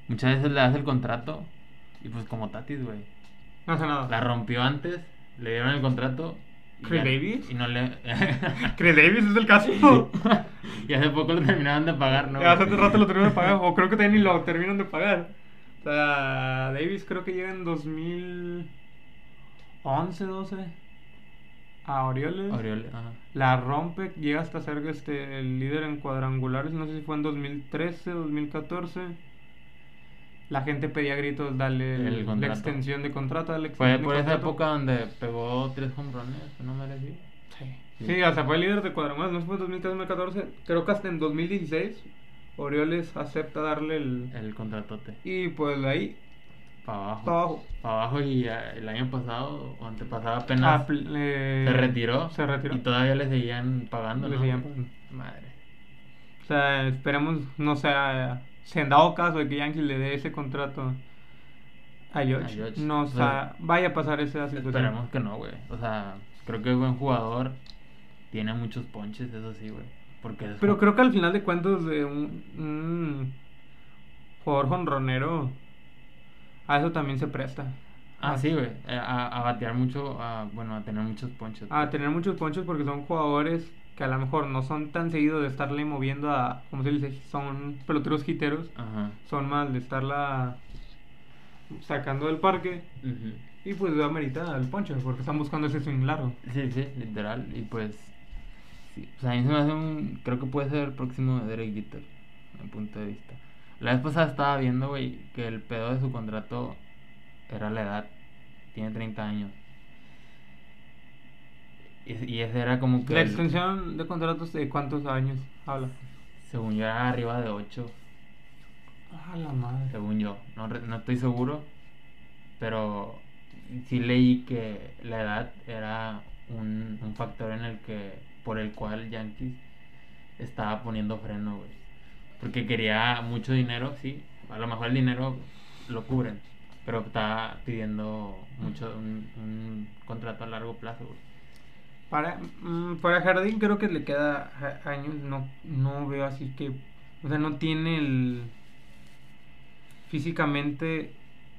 S1: Muchas veces le das el contrato y pues como Tatis, güey.
S2: No hace nada.
S1: La rompió antes, le dieron el contrato. y
S2: ¿Craig
S1: ya-
S2: Davis?
S1: Y no le...
S2: Chris Davis es el caso.
S1: y hace poco lo terminaron de pagar, ¿no?
S2: Hace
S1: güey?
S2: rato lo terminaron de pagar, o creo que también ni lo terminan de pagar. O sea, Davis creo que llega en 2011, 12 a Orioles.
S1: Orioles, ajá.
S2: La rompe, llega hasta ser este, el líder en cuadrangulares, no sé si fue en 2013, 2014. La gente pedía a gritos, dale
S1: El
S2: el- la
S1: contrato.
S2: extensión de contrato, dale
S1: Fue
S2: extensión de
S1: por esa
S2: contrato.
S1: época donde pegó tres hombrones, no me decir.
S2: Sí. Sí, hasta fue líder de cuadrangulares, no sé si fue en 2013, 2014, creo que hasta en 2016 Orioles acepta darle el...
S1: El contratote.
S2: Y pues de ahí
S1: Para abajo.
S2: para abajo.
S1: Para abajo y eh, el año pasado o antepasado apenas
S2: Apl- eh,
S1: se retiró.
S2: Se retiró.
S1: Y todavía le seguían pagando,
S2: Le
S1: ¿no?
S2: seguían pagando.
S1: Madre.
S2: O sea, esperemos, no sea, se han dado caso de que Yankees le dé ese contrato a
S1: A
S2: George.
S1: George.
S2: No, o sea, vaya a pasar esa situación.
S1: Esperemos que no, güey. O sea, creo que es buen jugador. Tiene muchos ponches, eso sí, güey. Porque es
S2: Pero
S1: jo-
S2: creo que al final de cuentas, de un, un jugador jonronero, a eso también se presta.
S1: Ah, sí, güey. eh, A, a batear mucho, a, bueno, a tener muchos ponches.
S2: a tener muchos ponchos porque son jugadores que a lo mejor no son tan seguidos de estarle moviendo a, como se dice, son peloteros jiteros,
S1: Ajá.
S2: son más de estarla sacando del parque
S1: Ujú.
S2: y pues amerita el poncho porque están buscando ese swing largo.
S1: Sí, sí, literal. Y pues. sí, O sea, a mí se me hace un. Creo que puede ser el próximo de Derek Jeter. En mi punto de vista. La vez pasada estaba viendo, güey, que el pedo de su contrato era la edad. Tiene 30 años. Y, y ese era como que.
S2: La
S1: el-
S2: extensión de contratos de cuántos años habla.
S1: según yo era arriba de 8.
S2: Ah, la madre.
S1: Según yo. No, re- no estoy seguro. Pero. Sí leí que la edad era un, un factor en el que. Por el cual Yankees estaba poniendo freno, güey. Porque quería mucho dinero, sí. A lo mejor el dinero lo cubren. Pero estaba pidiendo mucho. Un, un contrato a largo plazo, güey.
S2: Para, mm, para Jardín creo que le queda ja- años, no, no veo así que, o sea, no tiene el físicamente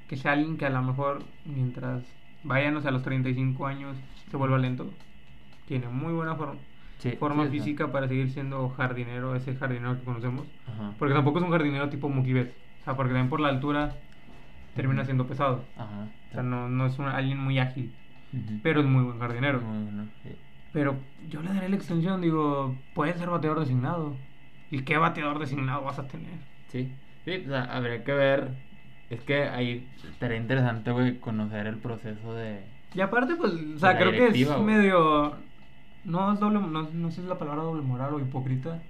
S2: que sea alguien que a lo mejor mientras vayan, o sea, a los 35 años se vuelva lento. Tiene muy buena forma.
S1: Sí,
S2: forma
S1: sí, o sea,
S2: física para seguir siendo jardinero, ese jardinero que conocemos.
S1: Ajá.
S2: Porque tampoco es un jardinero tipo Mookie Betts. O sea, porque también por la altura termina siendo pesado.
S1: Ajá.
S2: O sea, no, no es un, alguien muy ágil,
S1: Ujú.
S2: pero es muy buen jardinero.
S1: Muy bueno, sí.
S2: Pero yo le daré la extensión, digo, puede ser bateador designado. ¿Y qué bateador designado vas a tener?
S1: Sí, sí, o sea, habría que ver. Es que ahí estaría interesante, güey, conocer el proceso de.
S2: Y aparte, pues, o sea,
S1: La
S2: creo que es
S1: directiva, güey.
S2: medio... No, es doble, no, no sé si es la palabra doble moral o hipócrita.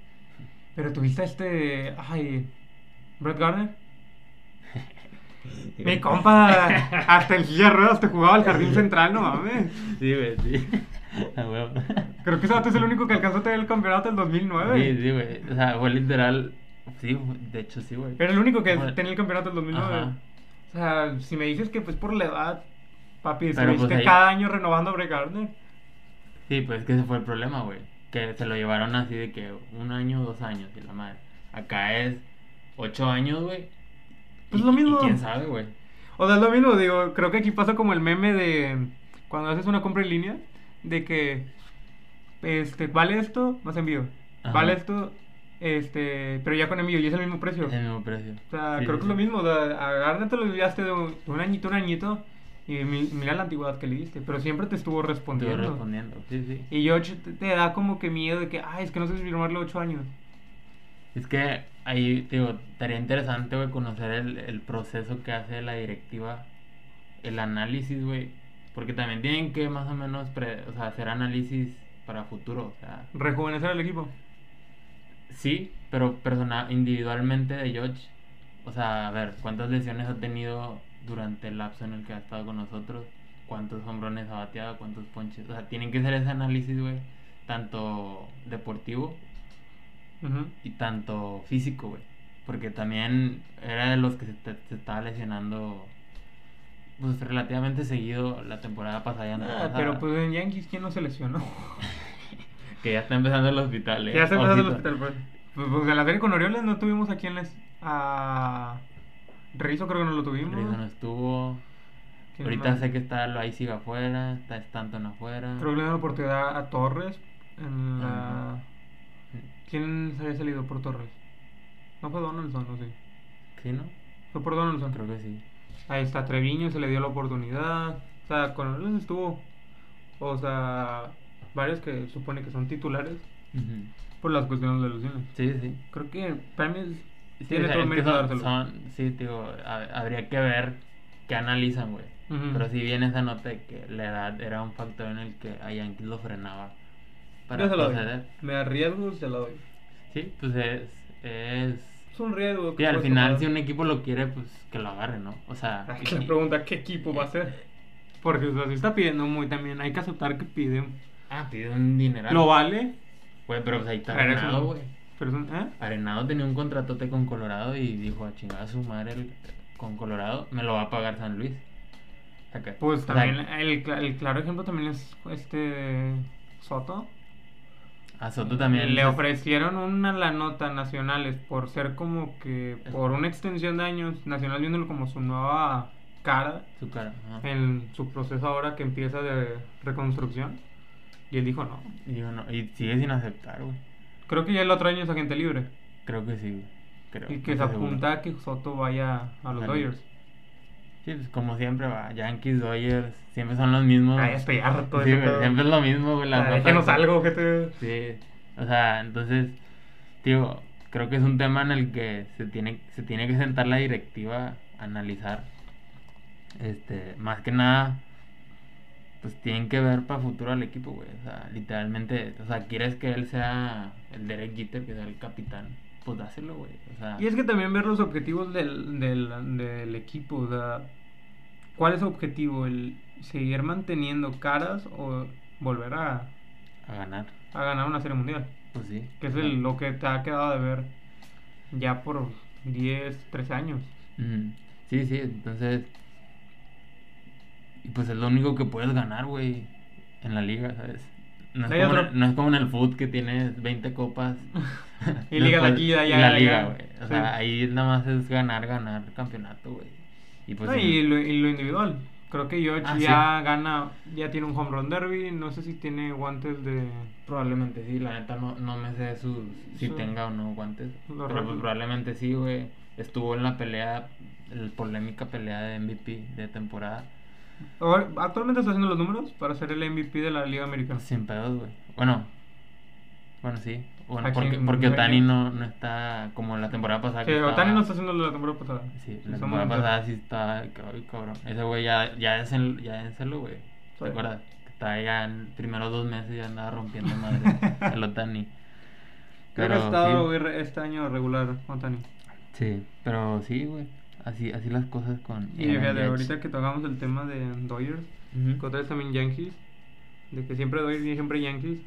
S2: Pero tuviste a este... Ay, Brett Garner. Mi compa, hasta en silla de ruedas te jugaba al jardín central, no mames.
S1: Sí, güey, sí. A huevo.
S2: Creo que ese vato es el único que alcanzó a tener el campeonato del 2009.
S1: Sí, sí, güey. O sea, fue literal. Sí, güey, de hecho, sí, güey.
S2: Era el único que
S1: Bueno.
S2: tenía el campeonato del 2009.
S1: Ajá.
S2: O sea, si me dices que pues por la edad, papi,
S1: Pero,
S2: estuviste
S1: pues, ahí-
S2: cada año renovando a Brett Gardner.
S1: Sí, pues es que ese fue el problema, güey. Que se lo llevaron así de que un año, dos años, y la madre. Acá es ocho años, güey.
S2: Pues
S1: Y-
S2: lo
S1: y
S2: mismo.
S1: quién sabe, güey.
S2: O sea, es lo mismo, digo, creo que aquí pasa como el meme de cuando haces una compra en línea, de que, este, vale esto, más envío.
S1: Ajá.
S2: Vale esto, este, pero ya con envío, y es el mismo precio.
S1: Es el mismo precio.
S2: O sea,
S1: Em, Sí,
S2: creo
S1: sí,
S2: que es lo
S1: sí.
S2: mismo, o sea, a Gardner te lo olvidaste de un, de un añito, un añito, Y mi- mira la antigüedad que le diste, pero siempre te estuvo
S1: Estuve
S2: respondiendo.
S1: respondiendo, sí, sí.
S2: Y George te, te da como que miedo de que, ay, es que no sé si firmarle 8 años.
S1: Es que ahí, te digo, estaría interesante, güey, conocer el, el proceso que hace la directiva, el análisis, güey. Porque también tienen que más o menos pre- o sea, hacer análisis para futuro. O sea,
S2: Rejuvenecer al equipo.
S1: sí, pero persona individualmente de George. O sea, a ver, ¿cuántas lesiones ha tenido durante el lapso en el que ha estado con nosotros? ¿Cuántos hombrones ha bateado? ¿Cuántos ponches? O sea, tienen que hacer ese análisis, güey. Tanto deportivo
S2: Ujú.
S1: y tanto físico, güey. Porque también era de los que se, te- se estaba lesionando pues relativamente seguido la temporada pasada y
S2: Ah,
S1: antepasada,
S2: pero pues en Yankees, ¿quién no se lesionó?
S1: que ya está empezando el hospital. eh.
S2: ya se empezó el
S1: Ojito.
S2: hospital, pues. Pues, pues, en la serie con Orioles no tuvimos a quién les. A. Rizzo creo que no lo tuvimos.
S1: Rizzo no estuvo.
S2: ¿Quién
S1: Ahorita
S2: más?
S1: sé que está lo sigue afuera, está Stanton afuera.
S2: Creo que le dieron oportunidad a Torres. En la...
S1: Ajá.
S2: ¿Quién se había salido por Torres? No fue Donaldson, no sé.
S1: ¿Sí, no?
S2: Fue por Donaldson.
S1: Creo que sí.
S2: Ahí está Treviño, se le dio la oportunidad. O sea, con Orioles estuvo. O sea, varios que supone que son titulares
S1: Ujú.
S2: por las cuestiones de lesiones.
S1: Sí, sí.
S2: Creo que premios
S1: Sí, o
S2: tiene
S1: sea,
S2: todo el
S1: es que
S2: mérito
S1: son-
S2: dárselo.
S1: son- sí, digo, ha- habría que ver qué analizan, güey.
S2: Ujú.
S1: Pero sí bien esa nota de que la edad era un factor en el que a Yankees lo frenaba para
S2: Yo se la doy.
S1: proceder.
S2: Me arriesgo, se la doy.
S1: Sí, pues es... es...
S2: Es un riesgo.
S1: Y
S2: que
S1: al
S2: puedes
S1: final
S2: tomar.
S1: si un equipo lo quiere, pues que lo agarre, ¿no? O sea...
S2: Hay
S1: y-
S2: que preguntar qué equipo va a ser. Porque o sea, si está pidiendo muy también, hay que aceptar que piden.
S1: Ah, pide un dineral.
S2: Lo vale.
S1: Güey, pero pues ahí está
S2: pero es
S1: Arenado,
S2: un-
S1: güey.
S2: pero es un- ¿eh?
S1: Arenado tenía un contratote con Colorado y dijo a chingar a su madre el- con Colorado, me lo va a pagar San Luis. Acá.
S2: Pues
S1: O sea,
S2: también el, cla- el claro ejemplo también es este Soto.
S1: a Soto también
S2: Le
S1: se-
S2: ofrecieron una la nota nacionales por ser como que por una extensión de años, Nacional viéndolo como su nueva cara
S1: Su cara. ajá.
S2: en su proceso ahora que empieza de reconstrucción. Y él dijo no.
S1: Y, digo, no, y sigue sin aceptar, güey.
S2: Creo que ya el otro año es agente libre.
S1: Creo que sí, güey. Creo.
S2: Y
S1: no
S2: que se
S1: estoy seguro.
S2: apunta a que Soto vaya a los
S1: Al-
S2: Dodgers.
S1: Sí, pues como siempre va, Yankees, Dodgers, siempre son los mismos.
S2: Ay, estoy harto de
S1: Ah, Sí,
S2: ese
S1: güey,
S2: pedo.
S1: siempre es lo mismo, güey. las
S2: Ay,
S1: notas.
S2: déjenos algo, gente.
S1: Sí, o sea, entonces, tío, creo que es un tema en el que se tiene, se tiene que sentar la directiva a analizar. Este, más que nada, pues tienen que ver para futuro al equipo, güey. O sea, literalmente, o sea, quieres que él sea el Derek Jeter, que sea el capitán, pues dáselo, güey. O sea,
S2: Y es que también ver los objetivos del, del, del equipo, o sea, ¿cuál es su objetivo? ¿El seguir manteniendo caras o volver a,
S1: a ganar,
S2: a ganar una serie mundial?
S1: pues sí.
S2: Que es el- lo que te ha quedado de ver ya por 10, 13 años.
S1: Ujú. Mm, Sí, sí, entonces. Y pues es lo único que puedes ganar, güey, en la liga, ¿sabes? No
S2: Hay
S1: es, como
S2: otro.
S1: en, no es como en el foot que tienes 20 copas.
S2: Y ligas
S1: Después-
S2: aquí, allá,
S1: y La
S2: allá.
S1: liga, güey. O
S2: Sí.
S1: sea, ahí nada más es ganar, ganar campeonato, güey. Y pues.
S2: No,
S1: en-
S2: y, lo, y lo individual. Creo que George
S1: Ah,
S2: ya gana, ya tiene un home run derby, no sé si tiene guantes de...
S1: Probablemente sí, la neta no, no me sé sus, si
S2: Su-
S1: tenga o no guantes.
S2: Lo
S1: pero
S2: rápido.
S1: pues probablemente sí, güey. Estuvo en la pelea, la polémica pelea de MVP de temporada.
S2: Ahora- Actualmente está haciendo los números para ser el MVP de la Liga Americana.
S1: Sin pedos, güey. Bueno, bueno, sí. Bueno,
S2: Aquí
S1: porque,
S2: en-
S1: porque
S2: en-
S1: Otani no, no está como la temporada pasada.
S2: Sí,
S1: que estaba-
S2: Otani no está haciendo lo de la temporada pasada.
S1: Sí,
S2: Está
S1: la temporada
S2: muy-
S1: pasada sí está. que, Ay, cabrón. Ese güey ya, ya es el, ya es el, güey.
S2: Sí.
S1: ¿Te acuerdas? Que está ya en primeros dos meses ya andaba rompiendo madre el Otani.
S2: Creo que
S1: Pero
S2: ha estado
S1: sí.
S2: ir- este año regular, Otani.
S1: Sí, pero sí, güey. Así, así las cosas con.
S2: Y
S1: Aaron
S2: fíjate,
S1: Judge.
S2: ahorita que tocamos el tema de Dodgers,
S1: Ujú.
S2: que otra vez también Yankees, de que siempre Dodgers y siempre Yankees,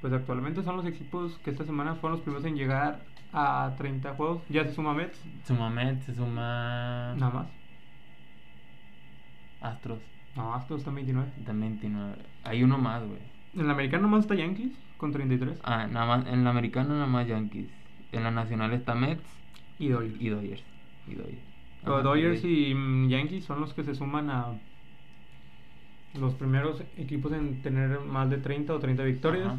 S2: pues actualmente son los equipos que esta semana fueron los primeros en llegar a 30 juegos. Ya se suma Mets,
S1: Suma Mets, se suma.
S2: nada más.
S1: Astros.
S2: Nada más, todos están 29.
S1: También 29. Hay uno más, güey.
S2: En la americana nomás está Yankees con 33
S1: Ah, nada más, en la americana nada más Yankees. En la nacional está Mets
S2: y Dodgers.
S1: y Dodgers. Ah, Y Dodgers.
S2: Pero
S1: Ajá,
S2: Dodgers y mm, Yankees son los que se suman a los primeros equipos en tener más de 30 o 30 victorias.
S1: Ajá.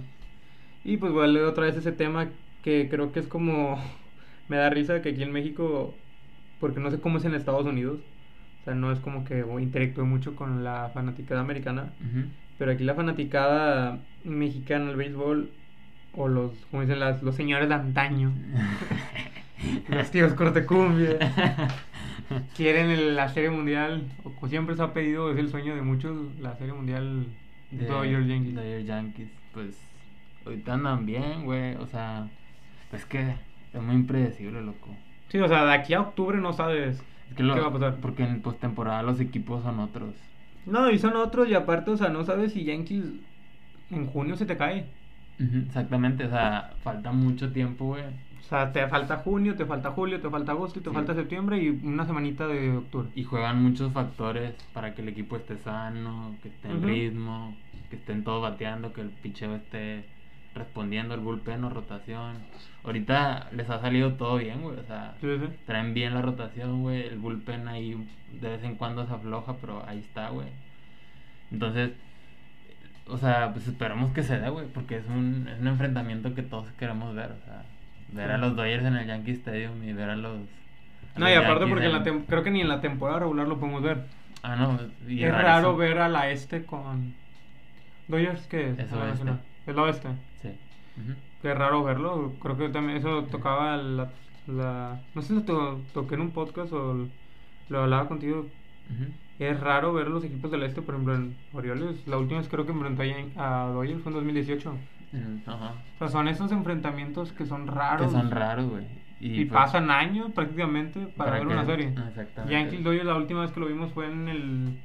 S2: Y pues vuelve otra vez ese tema que creo que es como. Me da risa que aquí en México, porque no sé cómo es en Estados Unidos, o sea, no es como que interactúe mucho con la fanaticada americana. Pero aquí la fanaticada mexicana al béisbol, o los, como dicen las, los señores de antaño, los tíos cortecumbia, quieren el- la Serie Mundial, o como siempre se ha pedido, es el sueño de muchos, la Serie Mundial
S1: De-
S2: Dodgers Yankees.
S1: Dodgers Yankees. Pues ahorita andan bien, güey. O sea, es que es muy impredecible, loco.
S2: Sí, o sea, de aquí a octubre no sabes
S1: Es que lo-
S2: qué va a pasar.
S1: Porque en postemporada los equipos son otros.
S2: No, y son otros, y aparte, o sea, no sabes si Yankees en junio se te cae.
S1: Ujú, Exactamente, o sea, falta mucho tiempo, güey.
S2: O sea, te falta junio, te falta julio, te falta agosto, y te
S1: Sí.
S2: falta septiembre y una semanita de octubre.
S1: Y juegan muchos factores para que el equipo esté sano, que esté en
S2: Ujú.
S1: ritmo, que estén todos bateando, que el picheo esté respondiendo, el bullpen o rotación. Ahorita les ha salido todo bien, güey. O sea,
S2: Sí, eh? sí.
S1: traen bien la rotación, güey. El bullpen ahí de vez en cuando se afloja, pero ahí está, güey. Entonces, o sea, pues esperamos que se dé, güey, porque es un, es un enfrentamiento que todos queremos ver, o sea, ver a
S2: Sí.
S1: los Dodgers en el Yankee Stadium y ver a los. a
S2: No,
S1: los
S2: y aparte
S1: Yankees
S2: porque en la
S1: en-
S2: tem- creo que ni en la temporada regular lo podemos ver.
S1: Ah, no, y
S2: es raro
S1: rarísimo.
S2: ver a la este con... Dodgers, que es?
S1: Es
S2: Ah,
S1: oeste.
S2: no, Es la oeste.
S1: Sí. Ujú.
S2: Qué raro verlo. Creo que también eso tocaba la... la- No sé si lo to- toqué en un podcast o lo hablaba contigo.
S1: Ujú.
S2: Es raro ver los equipos del este, por ejemplo, en Orioles. La última vez creo que enfrentó a Yan- a Dodgers fue en 2018.
S1: Mm, Ajá.
S2: O sea, son esos enfrentamientos que son raros.
S1: Que son raros, güey.
S2: Y,
S1: pues,
S2: pasan años prácticamente para, ver
S1: que-
S2: una serie.
S1: Ah, Exactamente.
S2: Yankees Dodgers la última vez que lo vimos fue en el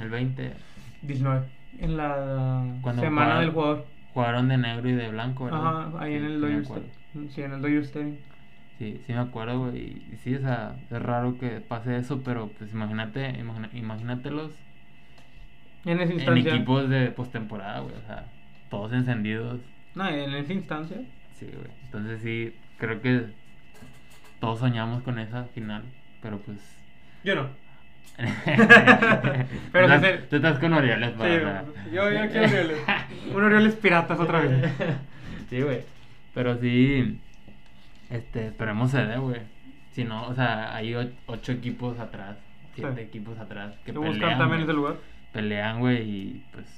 S1: El 20.
S2: 19. En la
S1: Cuando
S2: semana
S1: jugaron-
S2: del jugador.
S1: Jugaron de negro y de blanco, ¿verdad?
S2: Ajá, ahí
S1: Sí,
S2: en el
S1: sí me
S2: Dodgers.
S1: acuerdo.
S2: Stadium. Sí, en el Dodgers Stadium.
S1: Sí, sí me acuerdo, güey. Y- y Sí, o sea, es raro que pase eso, pero pues imagínate, imagina- imagínatelos
S2: En
S1: en
S2: esa instancia.
S1: equipos de postemporada, güey. O sea, todos encendidos.
S2: No, en esa instancia.
S1: Sí, güey. Entonces sí, creo que todos soñamos con esa final, pero pues...
S2: Yo no.
S1: pero
S2: Pero sí se-
S1: Tú estás con Orioles,
S2: Sí,
S1: para-
S2: yo, yo quiero Orioles. Un Orioles piratas otra vez.
S1: sí, güey. Pero sí, este, esperemos se dé, güey. Si no, o sea, hay o- ocho equipos atrás, siete
S2: Sí.
S1: equipos atrás que
S2: Que
S1: pelean.
S2: buscan también
S1: güey.
S2: ese lugar.
S1: Pelean, güey, y pues,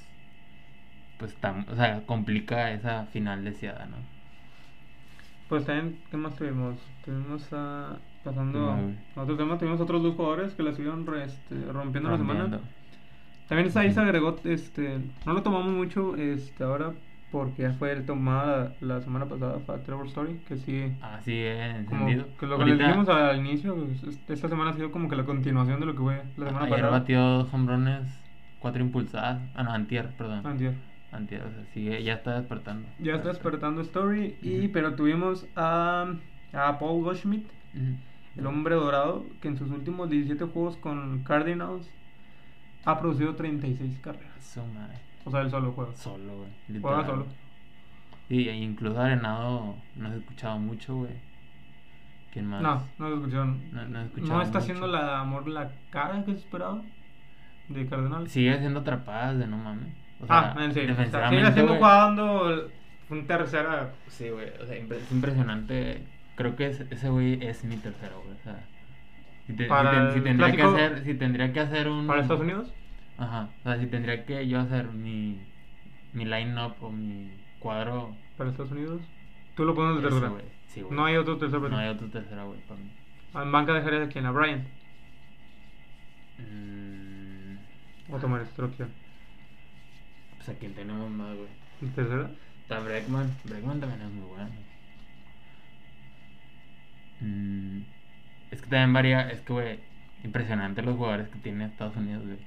S1: pues, tam- o sea, complica esa final deseada, ¿no?
S2: Pues también, ¿qué más tuvimos? Tuvimos a. Pasando
S1: Ah, güey.
S2: a otro tema, tuvimos otros dos jugadores que la estuvieron re- este, rompiendo, la semana.
S1: Rompiendo.
S2: También está- ahí se
S1: Ujú.
S2: agregó, este, no lo tomamos mucho este, ahora porque ya fue tomada la, la semana pasada para Trevor Story, que sí.
S1: Así es,
S2: Como
S1: encendido.
S2: que lo que les
S1: Ahorita-
S2: dijimos al inicio, pues, es- esta semana ha sido como que la continuación de lo que fue la semana
S1: Ayer
S2: pasada.
S1: batió dos hombrones, cuatro impulsadas. Ah, no, antier, perdón.
S2: Antier.
S1: Antier, o sea, sigue, ya está despertando.
S2: Ya está despertando Story, y,
S1: Ujú.
S2: pero tuvimos a, a Paul Goldschmidt,
S1: Ujú.
S2: el hombre dorado, que en sus últimos 17 juegos con Cardinals ha producido 36 carreras.
S1: Su madre.
S2: O sea, él solo juega.
S1: Solo, güey.
S2: Juega
S1: literal.
S2: solo.
S1: Sí, e incluso Arenado no se ha escuchado mucho, güey. ¿Quién más?
S2: No, no lo escucharon.
S1: No, no he escuchado
S2: No está
S1: mucho.
S2: haciendo la amor la cara que se esperaba de Cardenal.
S1: Sigue haciendo atrapadas de no mames. O
S2: ah,
S1: sea,
S2: en serio. o sea,
S1: defensivamente,
S2: Sigue haciendo
S1: güey.
S2: jugando el- un tercera.
S1: Sí, güey. O sea, impre- es impresionante. Creo que es- ese güey es mi tercero, güey. O sea, si, te- si
S2: Para
S1: ten-
S2: el
S1: si tendría que
S2: clásico-
S1: hacer, si tendría que hacer un.
S2: ¿Para Estados Unidos?
S1: Ajá. O sea, si tendría que yo hacer mi, mi line-up o mi cuadro.
S2: ¿Para Estados Unidos? Tú lo pones de
S1: ese,
S2: tercera.
S1: güey. Sí, güey.
S2: No hay otro tercero.
S1: No hay otro tercero, güey, para mí.
S2: En banca dejarías a quién? ¿A Brian?
S1: Mm,
S2: ¿O tomarías otra opción?
S1: Pues a quién tenemos más, güey.
S2: ¿El tercera?
S1: Está Bregman. Bregman también es muy bueno. Mm, Es que también varía. Es que, güey, impresionante los jugadores que tiene Estados Unidos, güey.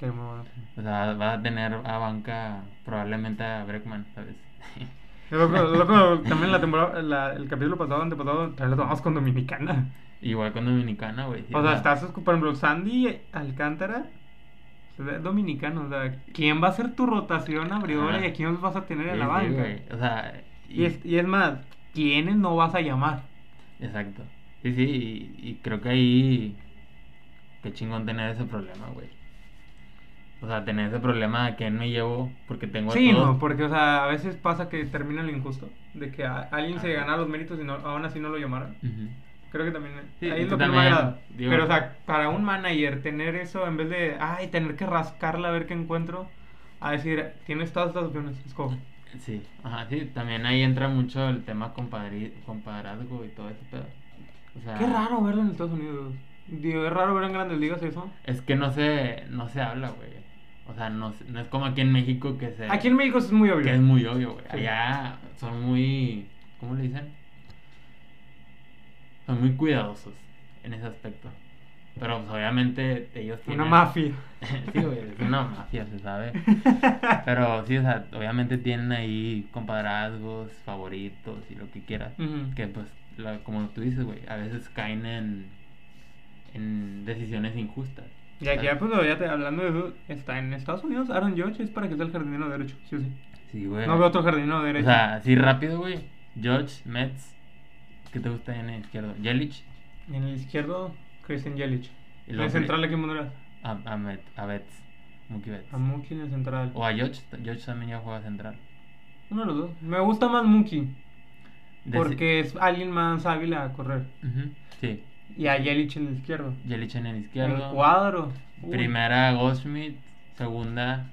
S2: Tenemos.
S1: O sea, vas a tener a banca probablemente a Bregman, ¿sabes?
S2: Loco, loco, también la temporada, la- el capítulo pasado, antepasado, también lo tomamos con Dominicana.
S1: Igual con Dominicana, güey. sí,
S2: O sea, estás, por ejemplo, Sandy Alcántara, es dominicano, o sea, ¿quién va a ser tu rotación abridora
S1: Ajá.
S2: y a quién vas a tener
S1: sí,
S2: en la
S1: sí,
S2: banca?
S1: güey, o sea,
S2: y, es, y es más, ¿quiénes no vas a llamar?
S1: Exacto. Sí, sí, y, y creo que ahí. Qué chingón tener ese problema, güey. O sea, tener ese problema de que me llevo porque tengo a
S2: Sí,
S1: todos.
S2: no, porque, o sea, a veces pasa que termina lo injusto, de que a- alguien se
S1: Ajá.
S2: gana los méritos y no, aún así no lo llamaron.
S1: Ujú.
S2: Creo que también.
S1: Sí,
S2: ahí es
S1: tú
S2: lo que no me
S1: también,
S2: agrada.
S1: digo-
S2: Pero, o sea, para un manager, tener eso en vez de. Ay, tener que rascarla a ver qué encuentro. A decir, tienes todas estas opciones. Es como.
S1: Sí, ajá, sí, también ahí entra mucho el tema compadri- compadrazgo y todo ese pedo. O sea,
S2: Qué raro verlo en Estados Unidos. Digo, es raro ver en grandes ligas eso.
S1: Es que no se, no se habla, güey. O sea, no, se- no es como aquí en México que se...
S2: Aquí en México es muy obvio.
S1: Que es muy obvio, güey.
S2: Sí.
S1: Allá son muy... ¿Cómo le dicen? Son muy cuidadosos en ese aspecto. Pero pues, obviamente ellos tienen...
S2: Una mafia.
S1: sí, güey, es una mafia, se sabe. Pero sí, o sea, obviamente tienen ahí compadrazgos, favoritos y lo que quieras.
S2: Ujú.
S1: Que pues, la- como tú dices, güey, a veces caen en, en decisiones injustas.
S2: Y aquí,
S1: ¿sabes?
S2: ya, pues, ya te- hablando de eso, está en Estados Unidos. Aaron George es para que sea el jardinero derecho. Sí, o sí.
S1: Sí, güey.
S2: No veo otro jardinero
S1: O
S2: derecho.
S1: sea, sí, rápido, güey. George, Mets. ¿Qué te gusta en el izquierdo? Yelich.
S2: Y En el izquierdo, Christian Yelich.
S1: Y
S2: En
S1: luego-
S2: el central, ¿a quién pondrás?
S1: A, a, Met- a Betts. Mookie Betts.
S2: A Mookie en el central.
S1: o a George. George también ya juega central.
S2: Uno de los dos. Me gusta más Mookie.
S1: Deci-
S2: Porque es alguien más hábil a correr.
S1: Ujú, Sí.
S2: Y a Yelich en el izquierdo.
S1: Yelich en el
S2: En
S1: izquierdo.
S2: el cuadro. Uy.
S1: Primera, Goldschmidt. Segunda.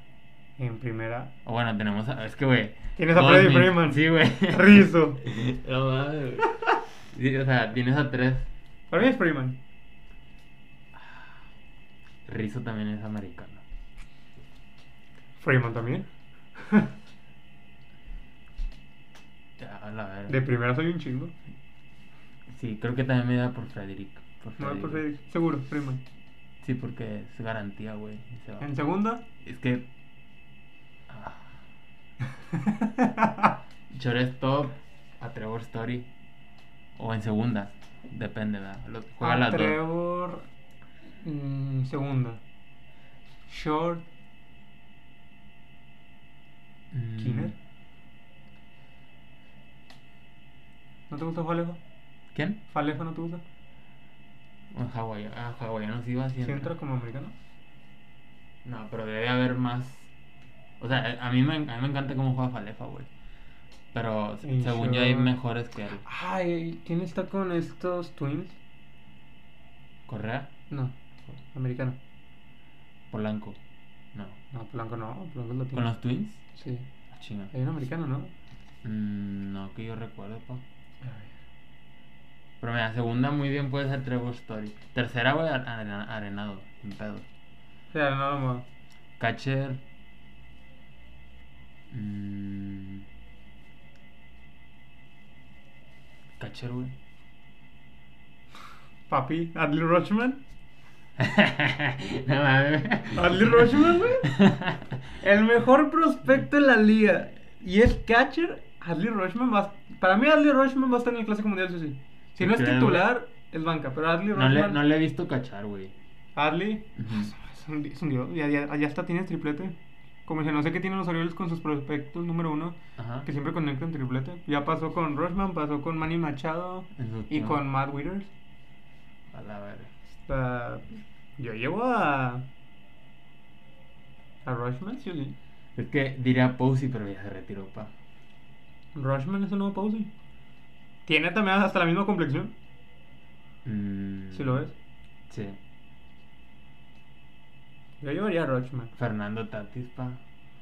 S2: En primera.
S1: O bueno, tenemos a. Es que, güey.
S2: Tienes a Freddy
S1: Goldschmidt,
S2: Freeman.
S1: Sí, güey.
S2: Rizzo.
S1: No mames, güey. Sí, o sea, tienes a tres.
S2: Para mí es Freeman.
S1: Rizzo también es americano.
S2: Freeman también.
S1: Ya, a la verga.
S2: De primera soy un chingo.
S1: Sí, creo que también me da por Frederick. Por
S2: No,
S1: Frederick.
S2: por Freddy. Seguro, Freeman.
S1: Sí, porque es garantía, güey. y se va.
S2: En segunda.
S1: Es que. Ah. Shortstop a Trevor Story. O en segunda. Depende, ¿verdad? Lo- juega
S2: a
S1: las dos.
S2: Trevor. mm, segunda. Short.
S1: Mm,
S2: Kinner. ¿No te gusta Falejo?
S1: ¿Quién?
S2: ¿Falejo no te gusta?
S1: Un hawaiano. Ah, hawaiano sí va
S2: Si
S1: siempre.
S2: entra como americano.
S1: No, pero debe haber más. O sea, a mí me, a mí me encanta cómo juega Falefa, güey. Pero
S2: Y
S1: según yo hay
S2: Short.
S1: mejores que él.
S2: Ay, ¿quién está con estos twins?
S1: Correa,
S2: No, americano.
S1: Polanco. No.
S2: No, Blanco no, Blanco es latino.
S1: ¿Con los Twins?
S2: Sí,
S1: Ah, chinga.
S2: hay un americano, ¿no?
S1: Mm, no, que yo recuerdo, pa.
S2: A ver.
S1: Pero mira, segunda muy bien puede ser Trevor Story. Tercera, güey, Ar- Arena- Arenado, sin pedo.
S2: O sea, no, no, no.
S1: Catcher. mm, Catcher, güey.
S2: Papi, Adley Rochman.
S1: no mames.
S2: Adley Rutschman, güey. El mejor prospecto en la liga. Y es catcher. Adley Rochman va. Para mí, Adley Rochman va a estar en el Clásico Mundial, sí, sí. Si
S1: Sí,
S2: no es
S1: creo,
S2: titular, es banca. Pero Adley
S1: No le,
S2: Rochman.
S1: no le he visto cachar, güey.
S2: Adley.
S1: Ujú.
S2: Es un, di- es un dios. Ya, ya, allá está, tiene triplete. Como dice, no sé qué tienen los Orioles con sus prospectos número uno.
S1: Ajá.
S2: Que siempre conectan triplete. Ya pasó con Rochman, pasó con Manny Machado.
S1: En su
S2: Y
S1: tiempo.
S2: con Matt Withers.
S1: A la verga.
S2: Está- yo llevo a. A Rushman, sí o sí.
S1: Es que diría Posey, pero ya se retiró, pa.
S2: Rushman es el nuevo Posey. Tiene también hasta la misma complexión,
S1: Mm,
S2: si lo ves.
S1: Sí.
S2: Yo llevaría a Rushman.
S1: Fernando Tatis, pa.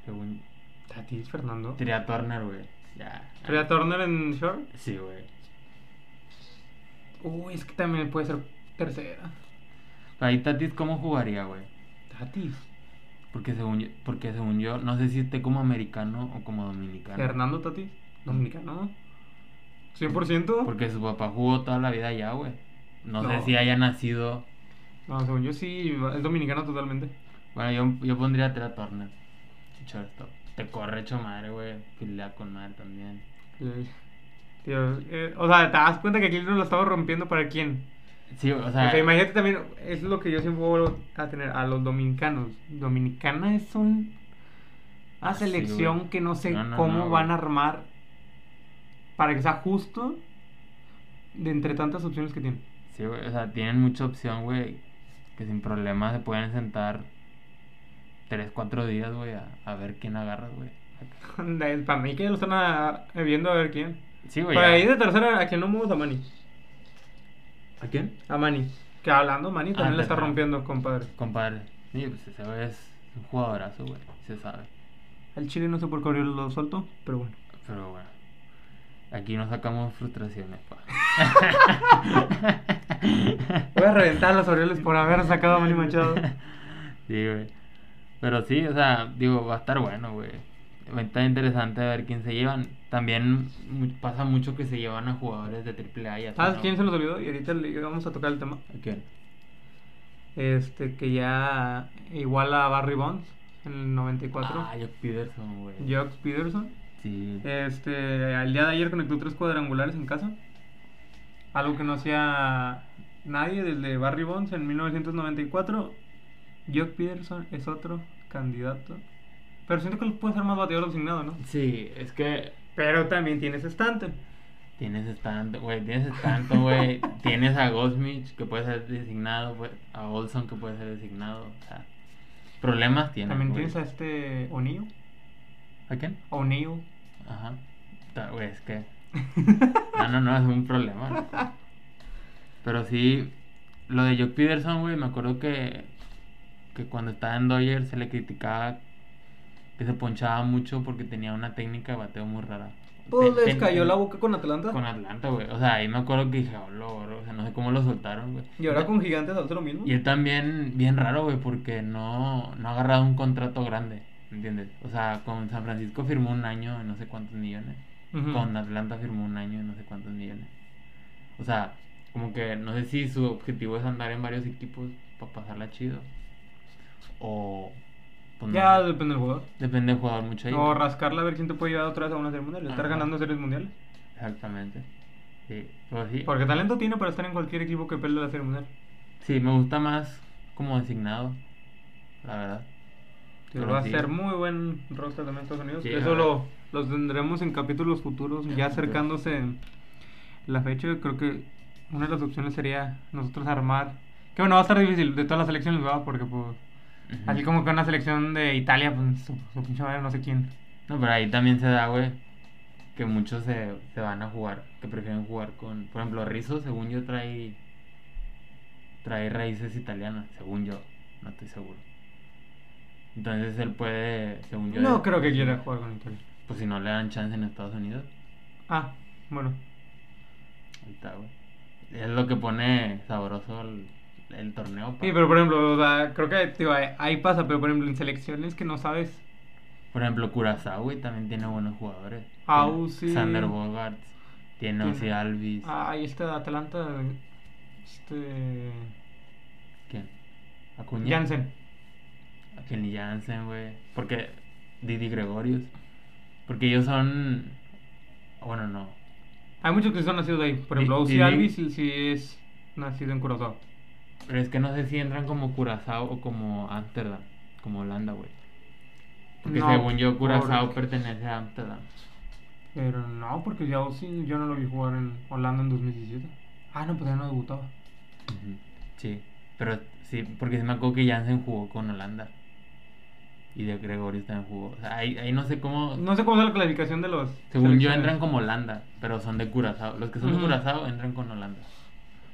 S1: Según.
S2: Tatis, Fernando.
S1: Diría Turner, güey. Ya.
S2: Tria Turner en short.
S1: Sí, güey.
S2: Uy, es que también puede ser tercera.
S1: Ahí Tatis, ¿cómo jugaría, güey?
S2: Tatis.
S1: Porque según, yo, porque según yo, no sé si esté como americano o como dominicano.
S2: Fernando Tatis. Dominicano. 100%.
S1: Porque su papá jugó toda la vida allá, güey. No, sé
S2: No.
S1: si haya nacido.
S2: No, según yo sí, es dominicano totalmente.
S1: Bueno, yo, yo pondría a Tera Turner. Shortstop. Te corre hecho madre, güey. Filea con madre también.
S2: Sí. Tío, eh, o sea, te das cuenta que aquí no lo estaba rompiendo para quién.
S1: Sí, o
S2: O
S1: sea.
S2: sea, imagínate también, es lo que yo siempre vuelvo a tener, a los dominicanos. Dominicana es un, una
S1: Ah, sí,
S2: selección
S1: güey.
S2: que no sé
S1: No, no,
S2: cómo
S1: no,
S2: van a
S1: güey.
S2: armar para que sea justo de entre tantas opciones que tienen.
S1: Sí, güey, o sea, tienen mucha opción, güey. Que sin problema se pueden sentar 3, 4 días, güey, a, a ver quién agarras, güey.
S2: para mí que lo están a- viendo a ver quién.
S1: Sí, güey.
S2: Para
S1: Oh, ya.
S2: ahí de tercera, a quien no muevo a Manny.
S1: ¿A quién?
S2: A Manny. Que hablando, Manny también
S1: Ah,
S2: la está
S1: verdad.
S2: rompiendo, compadre.
S1: Compadre. Sí, pues ese güey es un jugadorazo, güey. Se sabe.
S2: Al Chile no sé por qué Oriol lo soltó, pero bueno.
S1: Pero bueno. Aquí no sacamos frustraciones, pa.
S2: Voy a reventar a los Orioles por haber sacado a Manny Machado.
S1: Sí, güey. Pero sí, o sea, digo, va a estar bueno, güey. Va a estar interesante ver quién se llevan. También mu- pasa mucho que se llevan a jugadores de AAA y así.
S2: ¿Sabes
S1: ¿no?
S2: Ah, quién se los olvidó? Y ahorita le vamos a tocar el tema.
S1: ¿A quién?
S2: Este, que ya igual a Barry Bonds en el 94.
S1: Ah, Jock Peterson, güey.
S2: Jock Peterson.
S1: Sí.
S2: Este, al día de ayer conectó tres cuadrangulares en casa. Algo que no hacía nadie desde Barry Bonds en 1994. Jock Peterson es otro candidato. Pero siento que él puede ser más bateador designado, ¿no?
S1: Sí, es que
S2: Pero también tienes estante.
S1: Tienes tanto, güey, tienes tanto, güey. tienes a Gosmich que puede ser designado, güey, a Olson que puede ser designado. O sea, problemas tienes.
S2: También
S1: güey.
S2: tienes a este O'Neill.
S1: ¿A quién?
S2: O'Neill.
S1: Ajá. Ta- Güey, es que. No, no, no, es un problema. ¿no? Pero sí, lo de Jock Peterson, güey, me acuerdo que, que cuando estaba en Dodgers se le criticaba que se ponchaba mucho porque tenía una técnica de bateo muy rara.
S2: Pues
S1: Te-
S2: les
S1: ten-
S2: cayó la boca con Atlanta.
S1: Con Atlanta, güey. O sea, ahí me acuerdo que dije, oh, o sea, no sé cómo lo soltaron, güey.
S2: Y ahora con Gigantes hace lo mismo.
S1: Y él también, bien raro, güey, porque no, no ha agarrado un contrato grande, ¿entiendes? O sea, con San Francisco firmó un año de no sé cuántos millones.
S2: Ujú.
S1: Con Atlanta firmó un año de no sé cuántos millones. O sea, como que no sé si su objetivo es andar en varios equipos para pasarla chido. O. pues, no
S2: Ya
S1: sé.
S2: depende del jugador.
S1: Depende del jugador mucho ahí.
S2: O rascarla a ver quién te puede llevar otra vez a una serie mundial. Estar
S1: Ajá.
S2: ganando series mundiales.
S1: Exactamente. Sí, pues sí.
S2: Porque talento tiene para estar en cualquier equipo que pelea la serie mundial.
S1: Sí, me gusta más como designado, la verdad.
S2: Que
S1: Pero
S2: va a
S1: sí.
S2: ser muy buen roster también en Estados Unidos.
S1: Sí,
S2: Eso
S1: a
S2: lo, los tendremos en capítulos futuros, ya
S1: Capítulos.
S2: acercándose la fecha. Creo que una de las opciones sería nosotros armar. Que bueno, va a estar difícil de todas las selecciones, ¿verdad? Porque pues.
S1: Ujú.
S2: Así como que una selección de Italia, pues su, su pinche madre, no sé quién.
S1: No, pero ahí también se da, güey, que muchos se, se van a jugar, que prefieren jugar con... Por ejemplo, Rizzo, según yo, trae, trae raíces italianas, según yo, no estoy seguro. Entonces él puede, según yo...
S2: No creo que quiera jugar con Italia.
S1: Pues si no le dan chance en Estados Unidos,
S2: Ah, bueno.
S1: ahí está, güey. Es lo que pone sabroso el, el torneo. pa.
S2: Sí, pero por ejemplo, o sea, creo que tío, ahí- ahí pasa, pero por ejemplo, en selecciones que no sabes.
S1: Por ejemplo, Curazao, güey, también tiene buenos jugadores.
S2: Ausi.
S1: Sander Bogarts, tiene
S2: Ah, uh, Tiene-
S1: Ozzy Alvis.
S2: Ah, ahí está Atalanta. Este.
S1: ¿Quién? Acuña.
S2: Jansen.
S1: A Kenny Jansen, güey. Porque Didi Gregorius. Porque ellos son. Bueno, no.
S2: Hay muchos que son nacidos de ahí. Por ejemplo,
S1: Y-
S2: Ozzy
S1: y-
S2: Alvis sí- sí es nacido en Curazao.
S1: Pero es que no sé si entran como Curazao o como Ámsterdam. Como Holanda, güey. Porque
S2: No,
S1: según yo, Curazao
S2: porque-
S1: pertenece a Ámsterdam.
S2: Pero no, porque ya Ozzy yo no lo vi jugar en Holanda en 2017. Ah, no, pues ya no debutaba.
S1: Ujú. Sí. Pero sí, porque se me acuerdo que Jansen jugó con Holanda. Y de Gregorius también jugó. O sea, ahí, ahí no sé cómo.
S2: No sé cómo es la clasificación de los.
S1: Según yo
S2: selecciones.
S1: entran como Holanda, pero son de Curazao. Los que son de
S2: Ujú.
S1: Curazao entran con Holanda.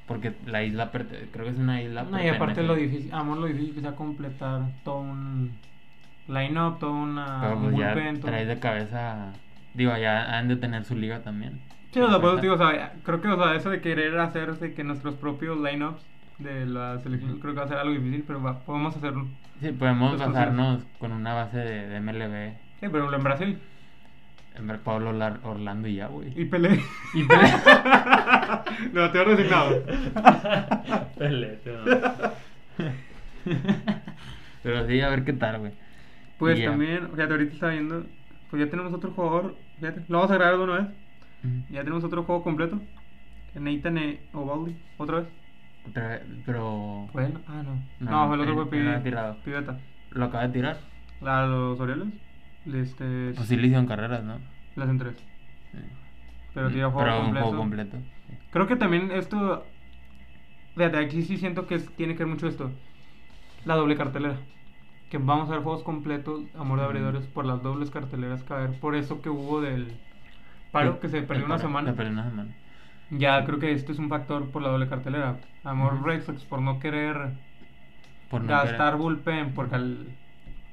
S1: Porque la isla, perte- creo que es una isla.
S2: No, y aparte
S1: pertenece-
S2: lo difícil, amor, lo difícil que sea completar todo un line-up, toda una
S1: Pero
S2: un
S1: pues ya
S2: bullpen, todo-
S1: traes de cabeza. Digo, allá han de tener su liga también.
S2: Sí, o sea, por eso digo, o sea, creo que o sea, eso de querer hacer de que nuestros propios lineups de la selección, creo que va a ser algo difícil, pero va- podemos hacerlo.
S1: Sí, podemos
S2: Los
S1: basarnos con una base de, de MLB.
S2: Sí, por ejemplo, en Brasil.
S1: En ver Pablo Lar- Orlando y ya, güey.
S2: Y Pelé.
S1: Y Pelé.
S2: no, te veo resignado.
S1: Pelé, te mamas. Pero sí, a ver qué tal, güey.
S2: Pues
S1: Ya.
S2: también, fíjate, ahorita está viendo, pues ya tenemos otro jugador, fíjate, lo vamos a grabar de una vez. Ya tenemos otro juego completo. Nathan eh, Ovaldi, otra vez.
S1: Otra vez, pero.
S2: Bueno, ah, no.
S1: No,
S2: No, fue el
S1: él-
S2: otro fue
S1: él
S2: Pi-
S1: ha tirado.
S2: Piveta.
S1: ¿Lo acaba de tirar?
S2: La, los Orioles, este,
S1: Pues sí, le hicieron carreras, ¿no?
S2: las entregas.
S1: Sí.
S2: Pero tira juego
S1: Pero un
S2: completo.
S1: juego completo. Sí.
S2: Creo que también esto. Fíjate, aquí sí siento que es- tiene que ver mucho esto. La doble cartelera. Que vamos a ver juegos completos, amor de
S1: Ujú.
S2: abridores, por las dobles carteleras que va a haber. Por eso que hubo del paro, que se
S1: El
S2: perdió una
S1: paro,
S2: semana.
S1: Se perdió una semana.
S2: Ya creo que este es un factor por la doble cartelera. Amor
S1: Ujú.
S2: Red Sox por no querer
S1: Por no querer-
S2: gastar bullpen porque al-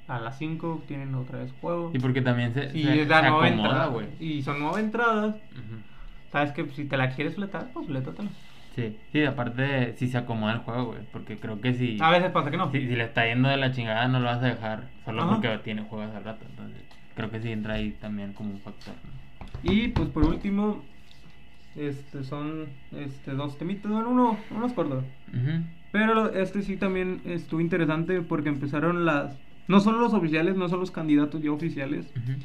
S2: a las 5 tienen otra vez juego.
S1: Y porque también se,
S2: Y
S1: se-
S2: es la
S1: se
S2: nueva
S1: acomoda,
S2: entrada.
S1: güey.
S2: Y son nueve entradas.
S1: Ujú.
S2: Sabes que si te la quieres fletar, pues fletatela.
S1: Sí, sí, aparte si se acomoda el juego, güey. Porque creo que si,
S2: A veces pasa que no.
S1: si, si le está yendo de la chingada no lo vas a dejar solo
S2: Ajá.
S1: porque tiene juegos al rato. Entonces, creo que sí entra ahí también como un factor. ¿no?
S2: Y pues por último, este son este dos temitas. Bueno, uno, uno es corto.
S1: Ujú.
S2: Pero este sí también estuvo interesante porque empezaron las. No son los oficiales, no son los candidatos ya oficiales.
S1: Ujú.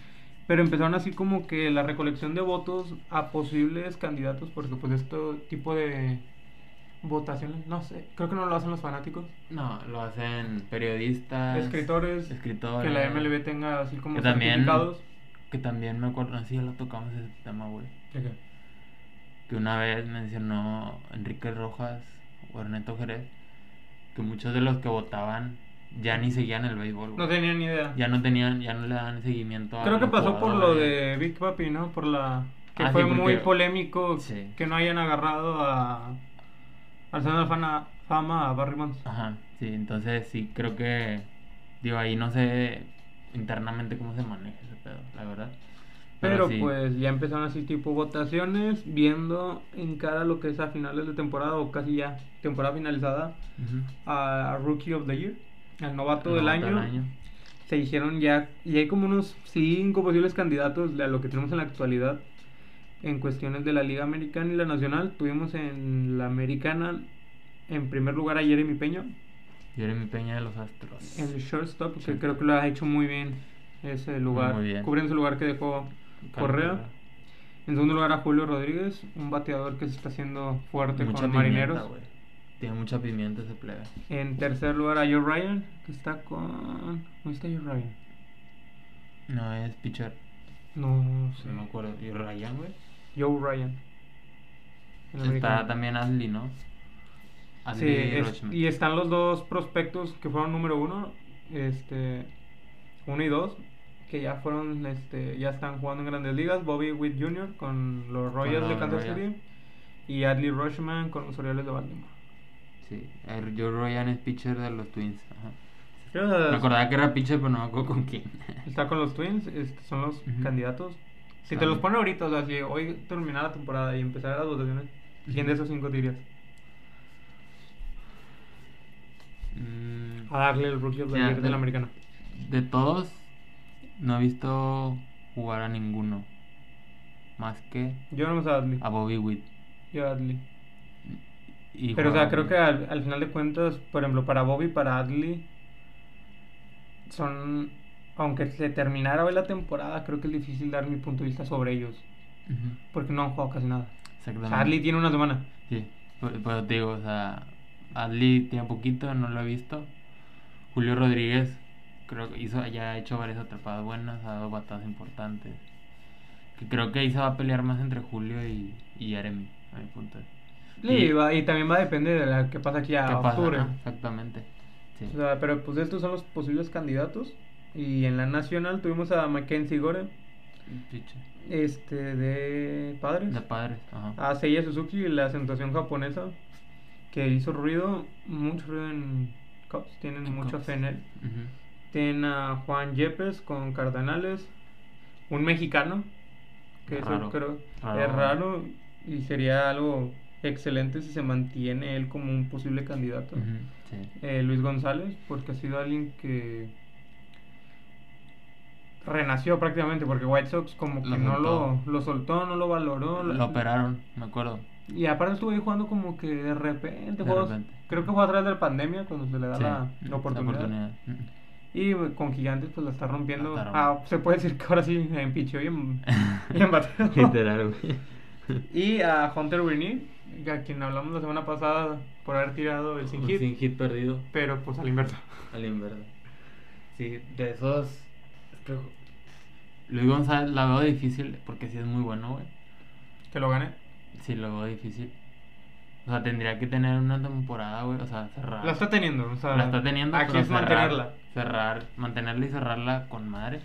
S2: Pero empezaron así como que la recolección de votos a posibles candidatos, porque pues este tipo de votaciones, no sé, creo que no lo hacen los fanáticos,
S1: No, lo hacen periodistas,
S2: escritores,
S1: escritores.
S2: que la MLB tenga así como
S1: que también-
S2: certificados.
S1: Que también me acuerdo, así ya lo tocamos ese tema, güey. Que una vez mencionó Enrique Rojas o Ernesto Jerez que muchos de los que votaban ya ni seguían el béisbol, güey.
S2: No tenía ni idea.
S1: Ya no tenían, ya no le dan seguimiento a
S2: creo que
S1: los
S2: pasó por lo
S1: jugadores.
S2: de Big Papi, ¿no? Por la que
S1: Ah, sí,
S2: fue
S1: porque-
S2: muy polémico
S1: Sí.
S2: que no hayan agarrado a al Senado Fana- Fama a Barry Bonds.
S1: Ajá, sí, entonces sí, creo que. Digo, ahí no sé internamente cómo se maneja ese pedo, la verdad.
S2: Pero
S1: sí,
S2: pues ya empezaron así tipo votaciones, viendo en cara lo que es a finales de temporada o casi ya temporada finalizada
S1: ujú,
S2: a Rookie of the Year, al novato,
S1: el
S2: del,
S1: novato
S2: año, Se dijeron ya, y hay como unos cinco posibles candidatos a lo que tenemos en la actualidad en cuestiones de la Liga Americana y la Nacional. Tuvimos en la Americana en primer lugar a Jeremy Peña,
S1: Jeremy Peña de los Astros.
S2: el shortstop, que
S1: Sí.
S2: creo que lo ha hecho muy bien ese lugar,
S1: Muy bien.
S2: cubriendo ese lugar que dejó Correa. En segundo lugar a Julio Rodríguez, un bateador que se está haciendo fuerte
S1: Mucha
S2: con
S1: pimienta,
S2: Marineros.
S1: güey. Tiene mucha pimienta ese plebe.
S2: en tercer lugar a Joe Ryan, que está con... ¿Cómo está Joe Ryan?
S1: No es pitcher.
S2: No sé.
S1: No me acuerdo. Y Ryan, güey.
S2: Joe Ryan. El
S1: Está
S2: americano.
S1: también Adley, ¿no?
S2: Sí,
S1: Adley
S2: es-
S1: Rutschman.
S2: y están los dos prospectos que fueron número uno, este, uno y dos, que ya fueron, este, ya están jugando en grandes ligas, Bobby Witt Jr. con los Royals de
S1: los
S2: Kansas
S1: Royals.
S2: City y Adley Rushman con los Orioles de Baltimore.
S1: Sí, el Joe Ryan es pitcher de los Twins. Ajá.
S2: Creo
S1: Me
S2: que
S1: acordaba que era pitcher, pero no me acuerdo con quién.
S2: Está con los Twins, este, son los
S1: Ujú.
S2: candidatos. Si te
S1: Sale.
S2: los pone ahorita, o sea, si hoy terminara la temporada y empezara las votaciones, ¿quién de esos cinco te dirías?
S1: Mm,
S2: A darle el Rookie of the
S1: Ya,
S2: Year de
S1: de-
S2: la americana.
S1: de todos, no he visto jugar a ninguno. Más que
S2: Yo no me sé a Adley.
S1: a Bobby Witt.
S2: Yo a Adley.
S1: Y
S2: Pero, o
S1: juega
S2: sea, creo
S1: muy
S2: que
S1: bien.
S2: al, al final de cuentas, por ejemplo, para Bobby y para Adley, son. Aunque se terminara hoy la temporada, creo que es difícil dar mi punto de vista sobre ellos.
S1: Ujú,
S2: Porque no han jugado casi nada. O
S1: Exactamente.
S2: sea, Adley tiene una semana.
S1: Sí, pero, pero te digo, o sea, Adley tiene poquito, no lo he visto. Julio Rodríguez, creo que hizo, ya ha hecho varias atrapadas buenas, ha dado batadas importantes. Que creo que ahí se va a pelear más entre Julio y, y Jeremy, a mi punto de
S2: Sí,
S1: Y-
S2: va- y también va a depender de la que pasa aquí a
S1: ¿Qué pasa,
S2: octubre.
S1: no? Exactamente. Sí.
S2: O sea, pero pues estos son los posibles candidatos. Y en la nacional tuvimos a Mackenzie Gore,
S1: Piche.
S2: este de Padres.
S1: De padres, ajá.
S2: A Seiya Suzuki, la acentuación japonesa, que hizo ruido, mucho ruido en Cubs, tienen
S1: En
S2: mucha
S1: Cubs.
S2: fe en él.
S1: Ujú.
S2: Tienen a Juan Yepes con Cardenales, un mexicano, que eso
S1: Raro.
S2: creo
S1: Raro.
S2: es raro y sería algo excelente si se mantiene él como un posible candidato.
S1: Ujú, Sí.
S2: eh, Luis González, porque ha sido alguien que renació prácticamente, porque White Sox como que
S1: Lo
S2: no
S1: soltó.
S2: lo, lo soltó, no lo valoró.
S1: Lo operaron, me acuerdo.
S2: Y aparte estuve ahí jugando como que de repente,
S1: De
S2: juegos-
S1: repente.
S2: creo que fue atrás de la pandemia cuando se le da
S1: Sí,
S2: la, la oportunidad.
S1: Ujú.
S2: Y eh, con Gigantes pues la está rompiendo.
S1: La está
S2: Ah,
S1: rompiendo.
S2: se puede decir que ahora sí en picheo y en, y en bateo.
S1: Literal, güey.
S2: Y a Hunter Winnie, a quien hablamos la semana pasada por haber tirado el sin
S1: Un
S2: hit,
S1: Sin hit perdido.
S2: pero pues al inverso.
S1: Al inverno. Sí, de esos. es que Luis González la veo difícil porque sí es muy bueno, güey.
S2: Que lo gané.
S1: Sí, lo veo difícil. O sea, tendría que tener una temporada, güey. O sea, cerrar.
S2: La está teniendo, o sea,
S1: Ah. La está teniendo.
S2: Aquí
S1: pero
S2: es
S1: cerrar-
S2: mantenerla.
S1: Cerrar, mantenerla y cerrarla con madre.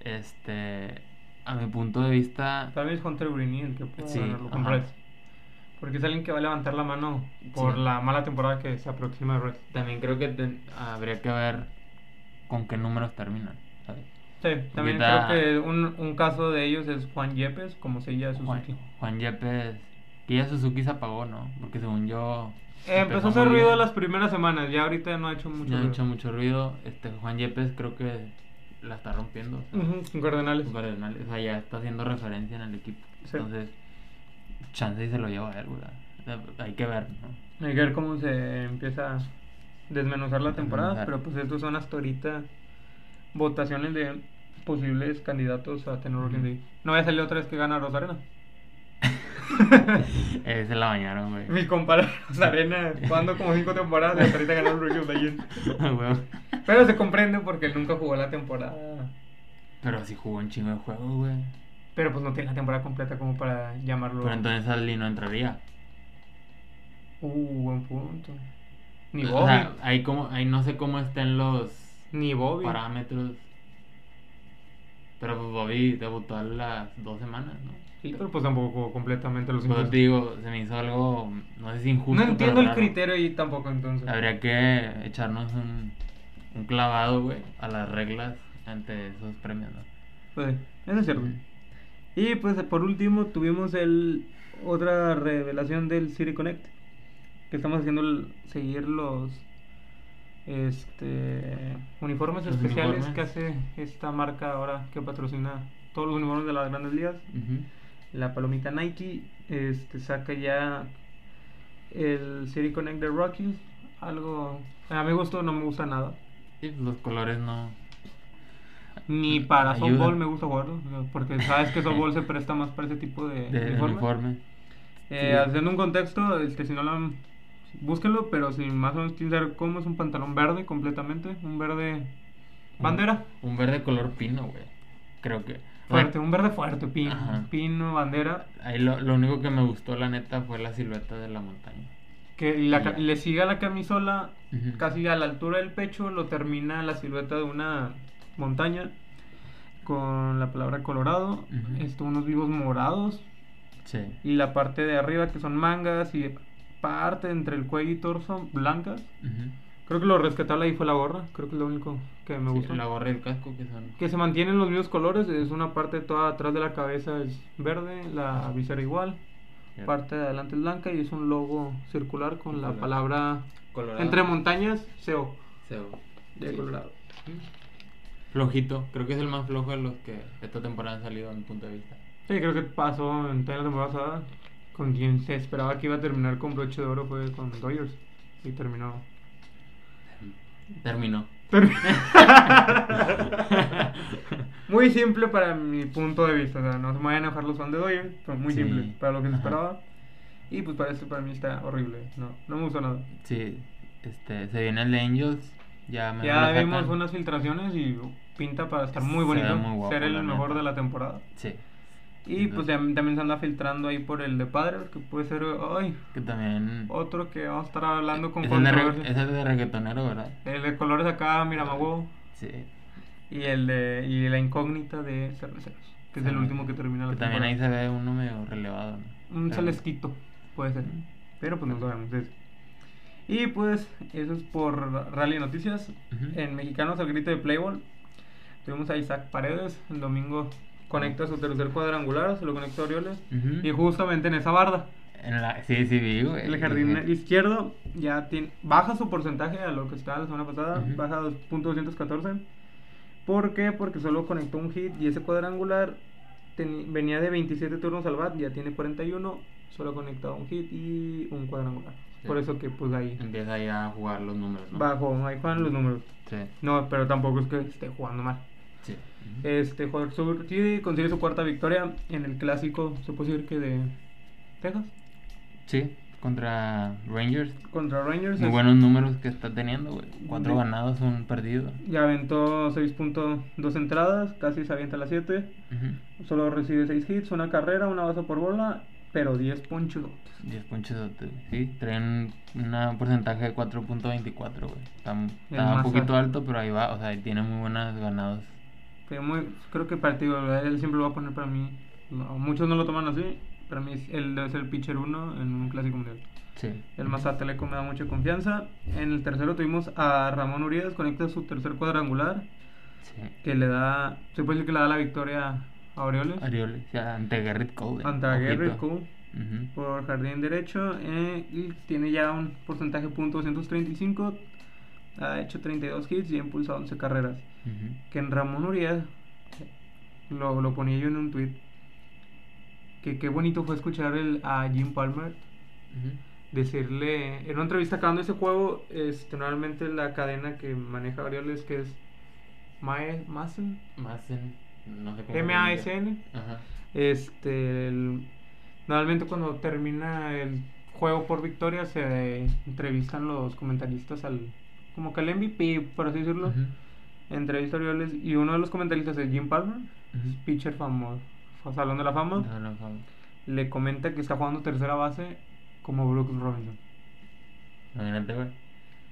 S1: Este. a mi punto de vista,
S2: Tal vez Hunter Greeny el que puede
S1: Sí,
S2: ganarlo con
S1: ajá.
S2: Reds. Porque es alguien que va a levantar la mano por
S1: Sí.
S2: la mala temporada que se aproxima a Reds.
S1: también creo que ten- habría que ver con qué números terminan. ¿sabes?
S2: Sí, también
S1: Ahorita-
S2: creo que un, un caso de ellos es Juan Yepes, como se llama
S1: Juan,
S2: Suzuki. Eh,
S1: Juan Yepes, que ya Suzuki se apagó, ¿no? Porque según yo.
S2: Eh, empezó a
S1: muy
S2: hacer ruido
S1: bien.
S2: las primeras semanas, ya ahorita no ha hecho mucho
S1: No ha
S2: ruido.
S1: hecho mucho ruido. Este, Juan Yepes creo que la está rompiendo. o sea,
S2: Ujú, con Cardenales.
S1: con Cardenales, o sea, ya está haciendo referencia en el equipo.
S2: Sí.
S1: Entonces, chance y se lo lleva a él, güey. O sea, Hay que ver, ¿no?
S2: Hay que ver cómo se empieza a desmenuzar la temporada,
S1: Desmenuzar.
S2: pero pues estos son hasta ahorita votaciones de posibles candidatos a tener Rookie of the Year. No vaya a salir otra vez que gana Rosarena.
S1: Eh, se la bañaron, güey.
S2: Mi compadre Rosarena, jugando como cinco temporadas y hasta ahorita ganó el Rookie of the Year.
S1: Ah, güey.
S2: Pero se comprende porque él nunca jugó la temporada.
S1: Ah. Pero sí jugó un chingo de juegos, güey.
S2: Pero pues no tiene la temporada completa como para llamarlo.
S1: Pero entonces Ali no entraría.
S2: Uh, buen punto. Ni
S1: O
S2: Bobby.
S1: sea, ahí, como, ahí no sé cómo estén los
S2: Ni Bobby.
S1: parámetros. Pero pues Bobby debutó a las dos semanas, ¿no?
S2: Sí, pero pues tampoco jugó completamente los
S1: Por eso
S2: cinco.
S1: te digo, se me hizo algo, no sé si injusto.
S2: No
S1: pero
S2: entiendo el
S1: raro.
S2: criterio ahí tampoco entonces.
S1: Habría que echarnos un, un clavado, güey, a las reglas ante esos premios, ¿no?
S2: Pues, eso es cierto. Y pues por último tuvimos el otra revelación del City Connect. Que estamos haciendo el- seguir los este uniformes
S1: Los
S2: especiales
S1: uniformes.
S2: que hace esta marca ahora que patrocina todos los uniformes de las grandes ligas.
S1: Ujú.
S2: La palomita Nike este, saca ya el City Connect de Rockies. Algo a mi gusto no me gusta nada.
S1: Y pues los colores no.
S2: Ni para
S1: Ayuda.
S2: softball me gusta jugarlo, o sea, porque sabes que softball se presta más para ese tipo de,
S1: De
S2: uniforme.
S1: uniforme.
S2: Eh,
S1: Sí.
S2: Haciendo un contexto, este, si no lo han- búsquenlo, pero si más o menos quieren saber cómo es un pantalón verde completamente, un verde bandera,
S1: Un, un verde color pino, güey. Creo que.
S2: fuerte,
S1: Bueno,
S2: un verde fuerte, pino,
S1: Ajá.
S2: pino, bandera,
S1: ahí lo, lo único que me gustó, la neta, fue la silueta de la montaña.
S2: que y la ca-
S1: Ya.
S2: le siga la camisola
S1: Ujú.
S2: casi a la altura del pecho, lo termina la silueta de una montaña con la palabra Colorado,
S1: Ujú.
S2: esto, unos vivos morados.
S1: Sí.
S2: y la parte de arriba que son mangas y parte entre el cuello y torso blancas.
S1: Ujú.
S2: Creo que lo rescatable ahí fue la gorra, creo que es lo único que me
S1: Sí,
S2: gustó.
S1: La gorra y el casco que son.
S2: Que se mantienen los mismos colores, es una parte toda atrás de la cabeza es verde, la visera igual,
S1: Ya.
S2: parte de adelante es blanca y es un logo circular con la
S1: Colorado.
S2: palabra
S1: Colorado.
S2: entre montañas, SEO,
S1: Sebo.
S2: de
S1: Sí.
S2: Colorado.
S1: Flojito. Creo que es el más flojo de los que esta temporada han salido, a mi punto de vista.
S2: Sí, creo que pasó en toda la temporada pasada con quien se esperaba que iba a terminar con broche de oro fue con Dodgers y terminó.
S1: Terminó.
S2: Muy simple para mi punto de vista. O sea, no se me vayan a enojar los fans de Doyle, pero muy
S1: Sí.
S2: simple para lo que se
S1: Ajá.
S2: esperaba. Y pues para esto para mí está horrible. No, no me gustó nada.
S1: Sí, este, se viene el de Angels. Ya, me
S2: ya
S1: lo sacan.
S2: vimos unas filtraciones y pinta para estar muy
S1: Se
S2: bonito.
S1: ve muy guapo,
S2: ser el
S1: la
S2: mejor
S1: neta.
S2: de la temporada.
S1: Sí,
S2: Y
S1: Ujú.
S2: pues ya- también se anda filtrando ahí por el de Padre, que puede ser ay,
S1: que también.
S2: otro que vamos a estar hablando con
S1: es, el de re-
S2: controversia.
S1: es el de reggaetonero, ¿verdad?
S2: El de colores acá, mira, huevo.
S1: Sí.
S2: Y el de y la incógnita de Cerveceros, que es el último que termina la
S1: Que También ahí
S2: temporada.
S1: se ve uno medio relevado, ¿no?
S2: Un
S1: Pero-
S2: celesquito, puede ser. Pero pues no sabemos eso. Y pues eso es por Rally Noticias.
S1: Ujú.
S2: En Mexicanos al grito de Playboy. Tuvimos a Isaac Paredes. El domingo conecta su tercer cuadrangular, se lo conectó a Orioles.
S1: Ujú.
S2: Y justamente en esa barda,
S1: En la- Sí, sí, vi, güey.
S2: el jardín
S1: Dije,
S2: izquierdo ya tiene, baja su porcentaje a lo que estaba la semana pasada,
S1: Ujú.
S2: baja a 2.214. ¿Por qué? Porque solo conectó un hit y ese cuadrangular teni- venía de 27 turnos al bat, ya tiene 41, solo conectado un hit y un cuadrangular.
S1: Sí.
S2: Por eso que pues ahí
S1: Empieza ya a jugar los números, ¿no?
S2: bajo, ahí juegan los números.
S1: Sí,
S2: No, pero tampoco es que esté jugando mal.
S1: sí. Ujú.
S2: Este jugador sur- sí, consigue su cuarta victoria en el clásico, se puede decir que de Texas,
S1: Sí, contra Rangers.
S2: contra Rangers.
S1: Muy
S2: es-
S1: buenos números que está teniendo, güey. Cuatro
S2: De-
S1: ganados, un perdido.
S2: Ya aventó 6.2 entradas, casi se avienta las 7.
S1: Ujú.
S2: Solo recibe 6 hits, una carrera, una base por bola, pero 10 ponchos.
S1: 10 ponches sí, traen un porcentaje de 4.24, güey. Está, está
S2: más
S1: un poquito
S2: alto.
S1: alto, pero ahí va, o sea, ahí tiene muy buenos ganados.
S2: este, muy, creo que partido, él siempre lo va a poner para mí. no, muchos no lo toman así. Para mí, es- él debe ser el pitcher uno en un clásico mundial.
S1: Sí.
S2: El Mazatleco me da mucha confianza. En el tercero tuvimos a Ramón Urias, conecta su tercer cuadrangular,
S1: Sí.
S2: que le da, se puede decir que le da la victoria a Orioles.
S1: Arioles, o sea, ante Garrett Cole. eh,
S2: Ante a Garrett
S1: ojito.
S2: Cole
S1: Ujú.
S2: por jardín derecho. eh, y tiene ya un porcentaje punto .235. Ha hecho 32 hits y ha impulsado 11 carreras.
S1: Ujú.
S2: Que en Ramón Urias, lo, lo ponía yo en un tweet, que qué bonito fue escuchar el, a Jim Palmer
S1: Ujú.
S2: decirle en una entrevista acabando ese juego este normalmente la cadena que maneja Orioles que es Mae- Massen
S1: Más en. No sé cómo. se
S2: M A S
S1: pronuncia.
S2: N
S1: Ajá.
S2: este el- normalmente cuando termina el juego por victoria se entrevistan los comentaristas al como que al MVP por así decirlo
S1: Ujú.
S2: entrevista a Orioles y uno de los comentaristas es Jim Palmer
S1: Ujú.
S2: pitcher famoso salón de la fama
S1: No, no, no.
S2: le comenta que está jugando tercera base como Brooks Robinson
S1: Imagínate, güey.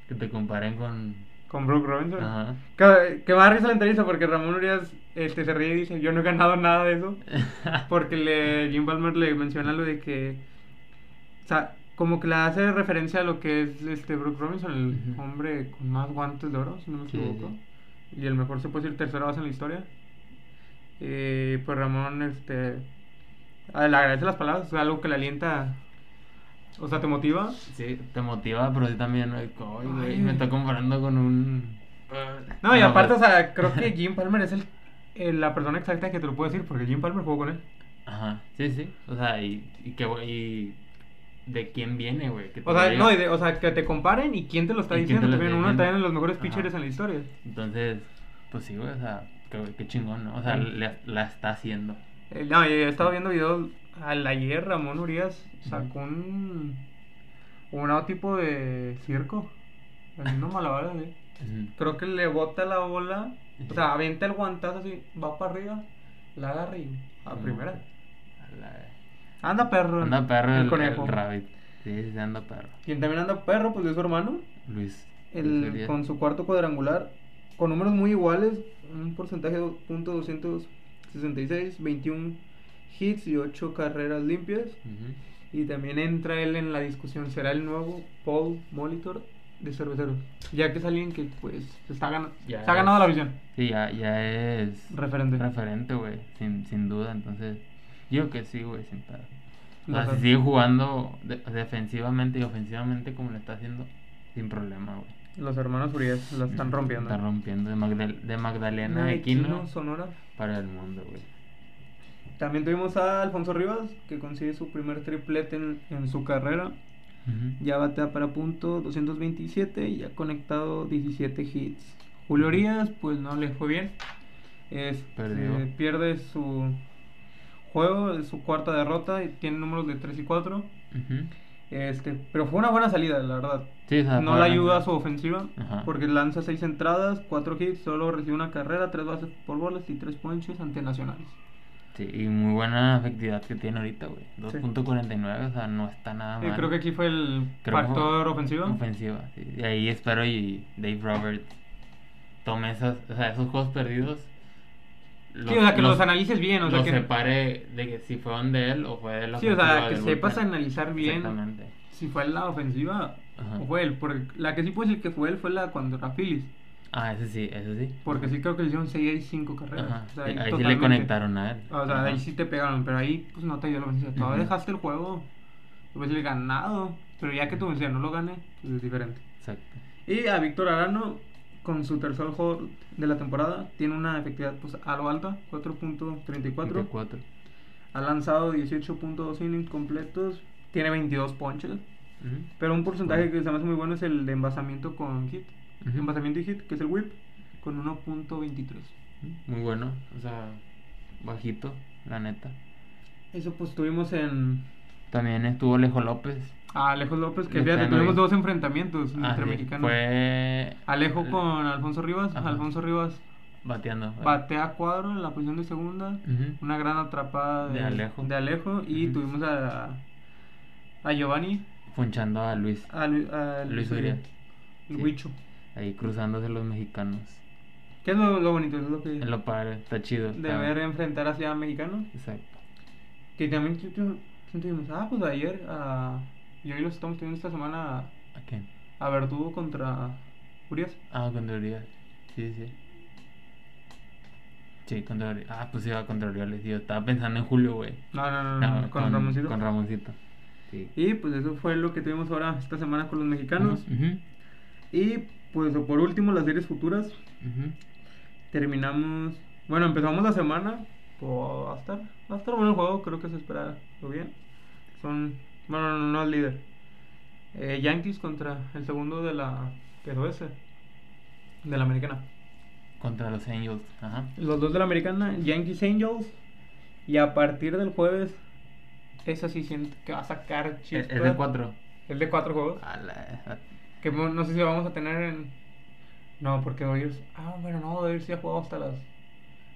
S1: Que te comparen con.
S2: con Brooks Robinson
S1: Ajá.
S2: Que, que me da risa la entrevista porque Ramón Urias este, se ríe y dice, yo no he ganado nada de eso. Porque le, Jim Palmer le menciona lo de que... O sea, como que le hace referencia a lo que es este Brooke Robinson, el
S1: Ujú.
S2: hombre con más guantes de oro, si no me
S1: Sí, sí.
S2: equivoco. Y el mejor se puede decir tercera base en la historia. Eh, pues Ramón este, a- le agradece las palabras, es algo que le alienta, o sea, te motiva.
S1: Sí, te motiva, pero sí también. güey, que, "Ay, güey,
S2: Ay.
S1: me está comparando con un.
S2: No, y
S1: Ah,
S2: aparte, o
S1: güey.
S2: sea, creo que Jim Palmer es el, el- la persona exacta que te lo puedo decir, porque Jim Palmer jugó con él.
S1: Ajá, sí, sí. O sea, y, y que, güey, y de quién viene, güey. que te
S2: O sea,
S1: lo
S2: no, y
S1: diga.
S2: de- o sea, que te comparen y quién te lo está
S1: ¿Y quién
S2: diciendo.
S1: te lo
S2: También
S1: está
S2: uno
S1: diciendo?
S2: también de los mejores
S1: Ajá.
S2: pitchers en la historia.
S1: Entonces, pues sí, güey, o sea, qué, qué chingón, ¿no? O sea,
S2: Sí.
S1: le- la está haciendo.
S2: Eh, no, yo he estado viendo videos. Al ayer Ramón Urias sacó un, un nuevo tipo de circo. Haciendo malabares, ¿eh?
S1: Ujú.
S2: Creo que le bota la bola. O
S1: Ujú.
S2: sea, avienta el guantazo así, va para arriba, la agarra y a
S1: Como
S2: primera.
S1: que- a la-
S2: Anda perro.
S1: Anda perro el,
S2: el
S1: el
S2: conejo.
S1: rabbit. Sí, sí, sí, anda perro.
S2: Quien también anda perro, pues es su hermano.
S1: Luis. Luis
S2: El,
S1: Urias.
S2: con su cuarto cuadrangular, con números muy iguales, un porcentaje de punto 266, 21 hits y 8 carreras limpias.
S1: Ujú.
S2: Y también entra él en la discusión, será el nuevo Paul Molitor de cerveceros. Ya que es alguien que pues se está ganando,
S1: Ya
S2: se ha ganado
S1: es.
S2: la visión.
S1: Sí, ya, ya es
S2: Referente.
S1: referente, güey, sin, sin duda. Entonces, yo que sí, güey, sin pedo. O sea,
S2: Ajá.
S1: si sigue jugando de- defensivamente y ofensivamente como lo está haciendo, sin problema, güey.
S2: Los hermanos Urias la están rompiendo.
S1: Está rompiendo de, Magdal- de Magdalena
S2: Una de
S1: Aquino,
S2: Quino, Sonora.
S1: para el mundo, güey.
S2: También tuvimos a Alfonso Rivas, que consigue su primer triplete en- en su carrera.
S1: Ujú.
S2: Ya batea para punto 227 y ha conectado 17 hits. Julio Urias, pues no le fue bien. Es,
S1: Perdió.
S2: eh, pierde su juego, es su cuarta derrota, y tiene números de 3 y 4.
S1: Ujú.
S2: Este, pero fue una buena salida, la verdad.
S1: Sí, o sea,
S2: No le
S1: para-
S2: ayuda a su ofensiva
S1: Ah, Ajá.
S2: porque lanza 6 entradas, 4 hits, solo recibe una carrera, 3 bases por bolas y 3 ponches ante Nacionales.
S1: Sí, y muy buena efectividad que tiene ahorita, güey.
S2: Sí.
S1: 2.49, o sea, no está nada
S2: Eh,
S1: mal.
S2: creo que aquí fue el
S1: Ah, Creo que fue
S2: factor ofensivo.
S1: Ofensiva, sí. Y ahí espero y Dave Roberts tome esas, o sea, esos juegos perdidos.
S2: Sí, o sea, que los, analices bien. O sea,
S1: los
S2: que,
S1: separe de que si fueron de él o fue de la
S2: Sí, o sea,
S1: ofensiva
S2: que
S1: del
S2: sepas
S1: bullpen.
S2: analizar bien
S1: Exactamente.
S2: si fue la ofensiva
S1: Ajá.
S2: o fue él. Porque la que sí puedo decir que fue él fue la contra Phillies.
S1: Ah, eso sí, eso sí.
S2: Porque sí creo que le hicieron 6 y 5 carreras.
S1: Ajá.
S2: O sea,
S1: ahí sí le
S2: totalmente.
S1: conectaron a él.
S2: O sea,
S1: Ajá.
S2: ahí sí te pegaron, pero ahí pues no te dio la ofensiva. Todavía
S1: Ujú.
S2: dejaste el juego, pues el ganado. Pero ya que tu ofensiva no lo gane, pues es diferente.
S1: Exacto.
S2: Y a Víctor Arano, con su tercer juego de la temporada, tiene una efectividad pues algo alta, 4.34.
S1: 24.
S2: Ha lanzado 18.2 innings completos, tiene 22 ponches.
S1: Ujú.
S2: Pero un porcentaje
S1: Bueno.
S2: que se me hace muy bueno es el de envasamiento con hit.
S1: Ujú.
S2: Envasamiento y hit, que es el whip, con 1.23.
S1: Muy bueno, o sea, bajito, la neta.
S2: Eso pues tuvimos en
S1: También estuvo Alejo López.
S2: a Alejo López, que
S1: Le
S2: fíjate,
S1: están
S2: tuvimos
S1: oyendo.
S2: dos enfrentamientos
S1: Ah,
S2: entre
S1: sí,
S2: mexicanos.
S1: Fue
S2: Alejo con Alfonso Rivas.
S1: Ajá.
S2: Alfonso Rivas
S1: bateando.
S2: batea cuadro en la posición de segunda.
S1: Ujú.
S2: Una gran atrapada de,
S1: De Alejo.
S2: de Alejo. Y
S1: Ujú.
S2: tuvimos a, a Giovanni,
S1: Ponchando a Luis.
S2: a, Lu- a
S1: Luis Urias.
S2: El
S1: Sí.
S2: Huicho.
S1: Ahí cruzándose los mexicanos.
S2: ¿Qué es lo, lo bonito? Es lo que
S1: Es lo padre, está chido.
S2: de
S1: está-
S2: ver enfrentar a Ciudad Mexicano.
S1: Exacto.
S2: Que también tu- tu- tuvimos, ah, pues ayer, ah, y hoy los estamos teniendo esta semana
S1: ¿A quién?
S2: a Verdugo contra Urias.
S1: Ah, contra Orioles. Sí, sí. Sí, contra Orioles. Ah, pues iba contra Orioles. Yo estaba pensando en Julio, güey.
S2: No, no, no, no,
S1: No,
S2: Ah, con, Ramoncito.
S1: Ah, Con Ramoncito. Sí.
S2: Y pues eso fue lo que tuvimos ahora esta semana con los mexicanos.
S1: Ujú,
S2: Y pues por último, las series futuras.
S1: ujú.
S2: Terminamos, bueno, empezamos la semana. Pues va a estar, va a estar bueno el juego, creo que se espera lo bien. Son, bueno, no, no el líder. Eh, Yankees contra el segundo de la, que es ese, de la americana.
S1: Contra los Angels. Ajá.
S2: Los dos de la americana, Yankees Angels. Y a partir del jueves, esa sí siento que va a sacar
S1: E-, Es
S2: chispa.
S1: es de cuatro. Ah.
S2: Es de cuatro juegos.
S1: A la-
S2: Que mo- no sé si vamos a tener en. No, porque Dodgers. Ah, bueno, no, Dodgers ya ha jugado hasta las.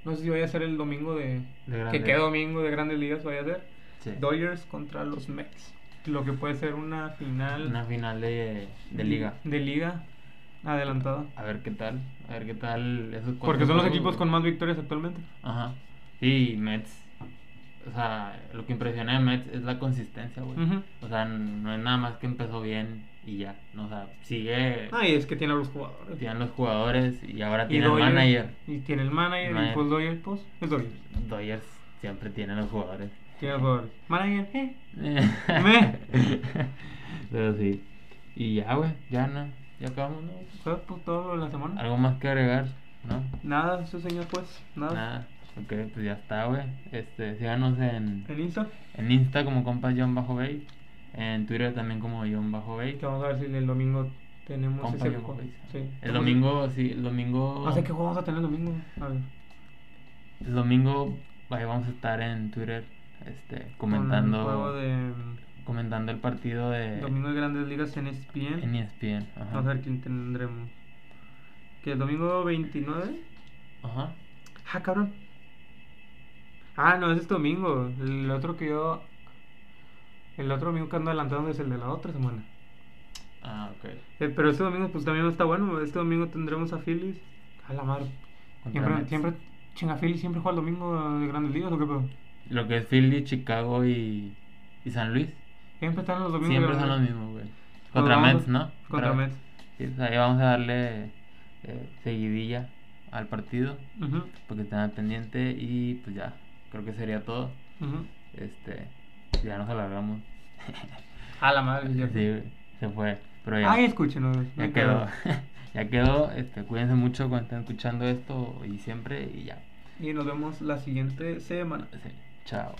S2: No sé si vaya a ser el domingo de.
S1: De
S2: que
S1: grandes.
S2: queda domingo de Grandes Ligas vaya a ser.
S1: Sí.
S2: Dodgers contra los Mets. Lo que puede ser una final.
S1: Una final de, de liga.
S2: De liga adelantada.
S1: A ver qué tal. A ver qué tal. esos cuatro
S2: Porque son los
S1: juegos,
S2: equipos
S1: güey.
S2: con más victorias actualmente.
S1: Ajá. Y Mets. O sea, lo que impresiona de Mets es la consistencia, güey.
S2: Ujú.
S1: O sea, no es nada más que empezó bien y ya. O sea, sigue.
S2: Ah, y es que tiene a los jugadores.
S1: Tienen los jugadores y ahora
S2: Y
S1: tiene el
S2: Dodgers,
S1: manager.
S2: Y tiene el manager, y
S1: Manager.
S2: pues Dodgers, pues, es Dodgers.
S1: Dodgers siempre tiene los jugadores.
S2: Tiene jugadores. Manager, eh. Me.
S1: Pero sí. Y ya, güey. Ya no. Ya acabamos, ¿no?
S2: Fue pues, todo lo de la semana.
S1: ¿Algo más que agregar? ¿No?
S2: Nada, eso señor, pues. Nada.
S1: Nada. Ok, pues ya está, güey. Este, síganos en,
S2: En Insta.
S1: en Insta como compas John Bajo Bay. En Twitter también como John Bajo Bay.
S2: Que vamos a ver si el domingo tenemos
S1: Compas
S2: ese
S1: John Bajo Bay.
S2: Sí.
S1: El domingo, sí, el domingo.
S2: No sé qué juego vamos a tener el domingo. A ver.
S1: El domingo ahí vamos a estar en Twitter este,
S2: Con el
S1: comentando
S2: juego de. mm,
S1: comentando el partido de
S2: Domingo de Grandes Ligas en E ESPN.
S1: en E ESPN. Ajá.
S2: Vamos a ver quién tendremos. Que el domingo 29.
S1: Ajá.
S2: Ah, cabrón. Ah, no, ese es domingo. El otro que yo. El otro domingo que ando adelantando es el de la otra semana.
S1: Ah, ok.
S2: Eh, pero este domingo, pues también está bueno. Este domingo tendremos a Phillies. A la madre.
S1: Contra
S2: Siempre,
S1: Mets.
S2: siempre, chinga Phillies siempre juega el domingo de Grandes Ligas o qué pedo.
S1: Lo que es Philly, Chicago y, y San Luis.
S2: Siempre están los domingos.
S1: Siempre
S2: de
S1: son
S2: Grandes
S1: los
S2: Ligas.
S1: mismos, güey. Contra
S2: vamos-
S1: Mets, ¿no?
S2: Contra Mets.
S1: Sí, pues ahí vamos a darle eh, seguidilla al partido
S2: Ujú,
S1: porque estén al pendiente y pues ya, creo que sería todo.
S2: ujú.
S1: Este, ya nos alargamos.
S2: A la madre.
S1: Sí,
S2: ya.
S1: güey, se fue. Pero ya.
S2: Ay, escúchenos.
S1: Ya
S2: no
S1: quedó.
S2: creo.
S1: ya quedó. Este, cuídense mucho cuando estén escuchando esto y siempre. Y ya. pues,
S2: Y nos vemos la siguiente semana.
S1: Sí, Chao.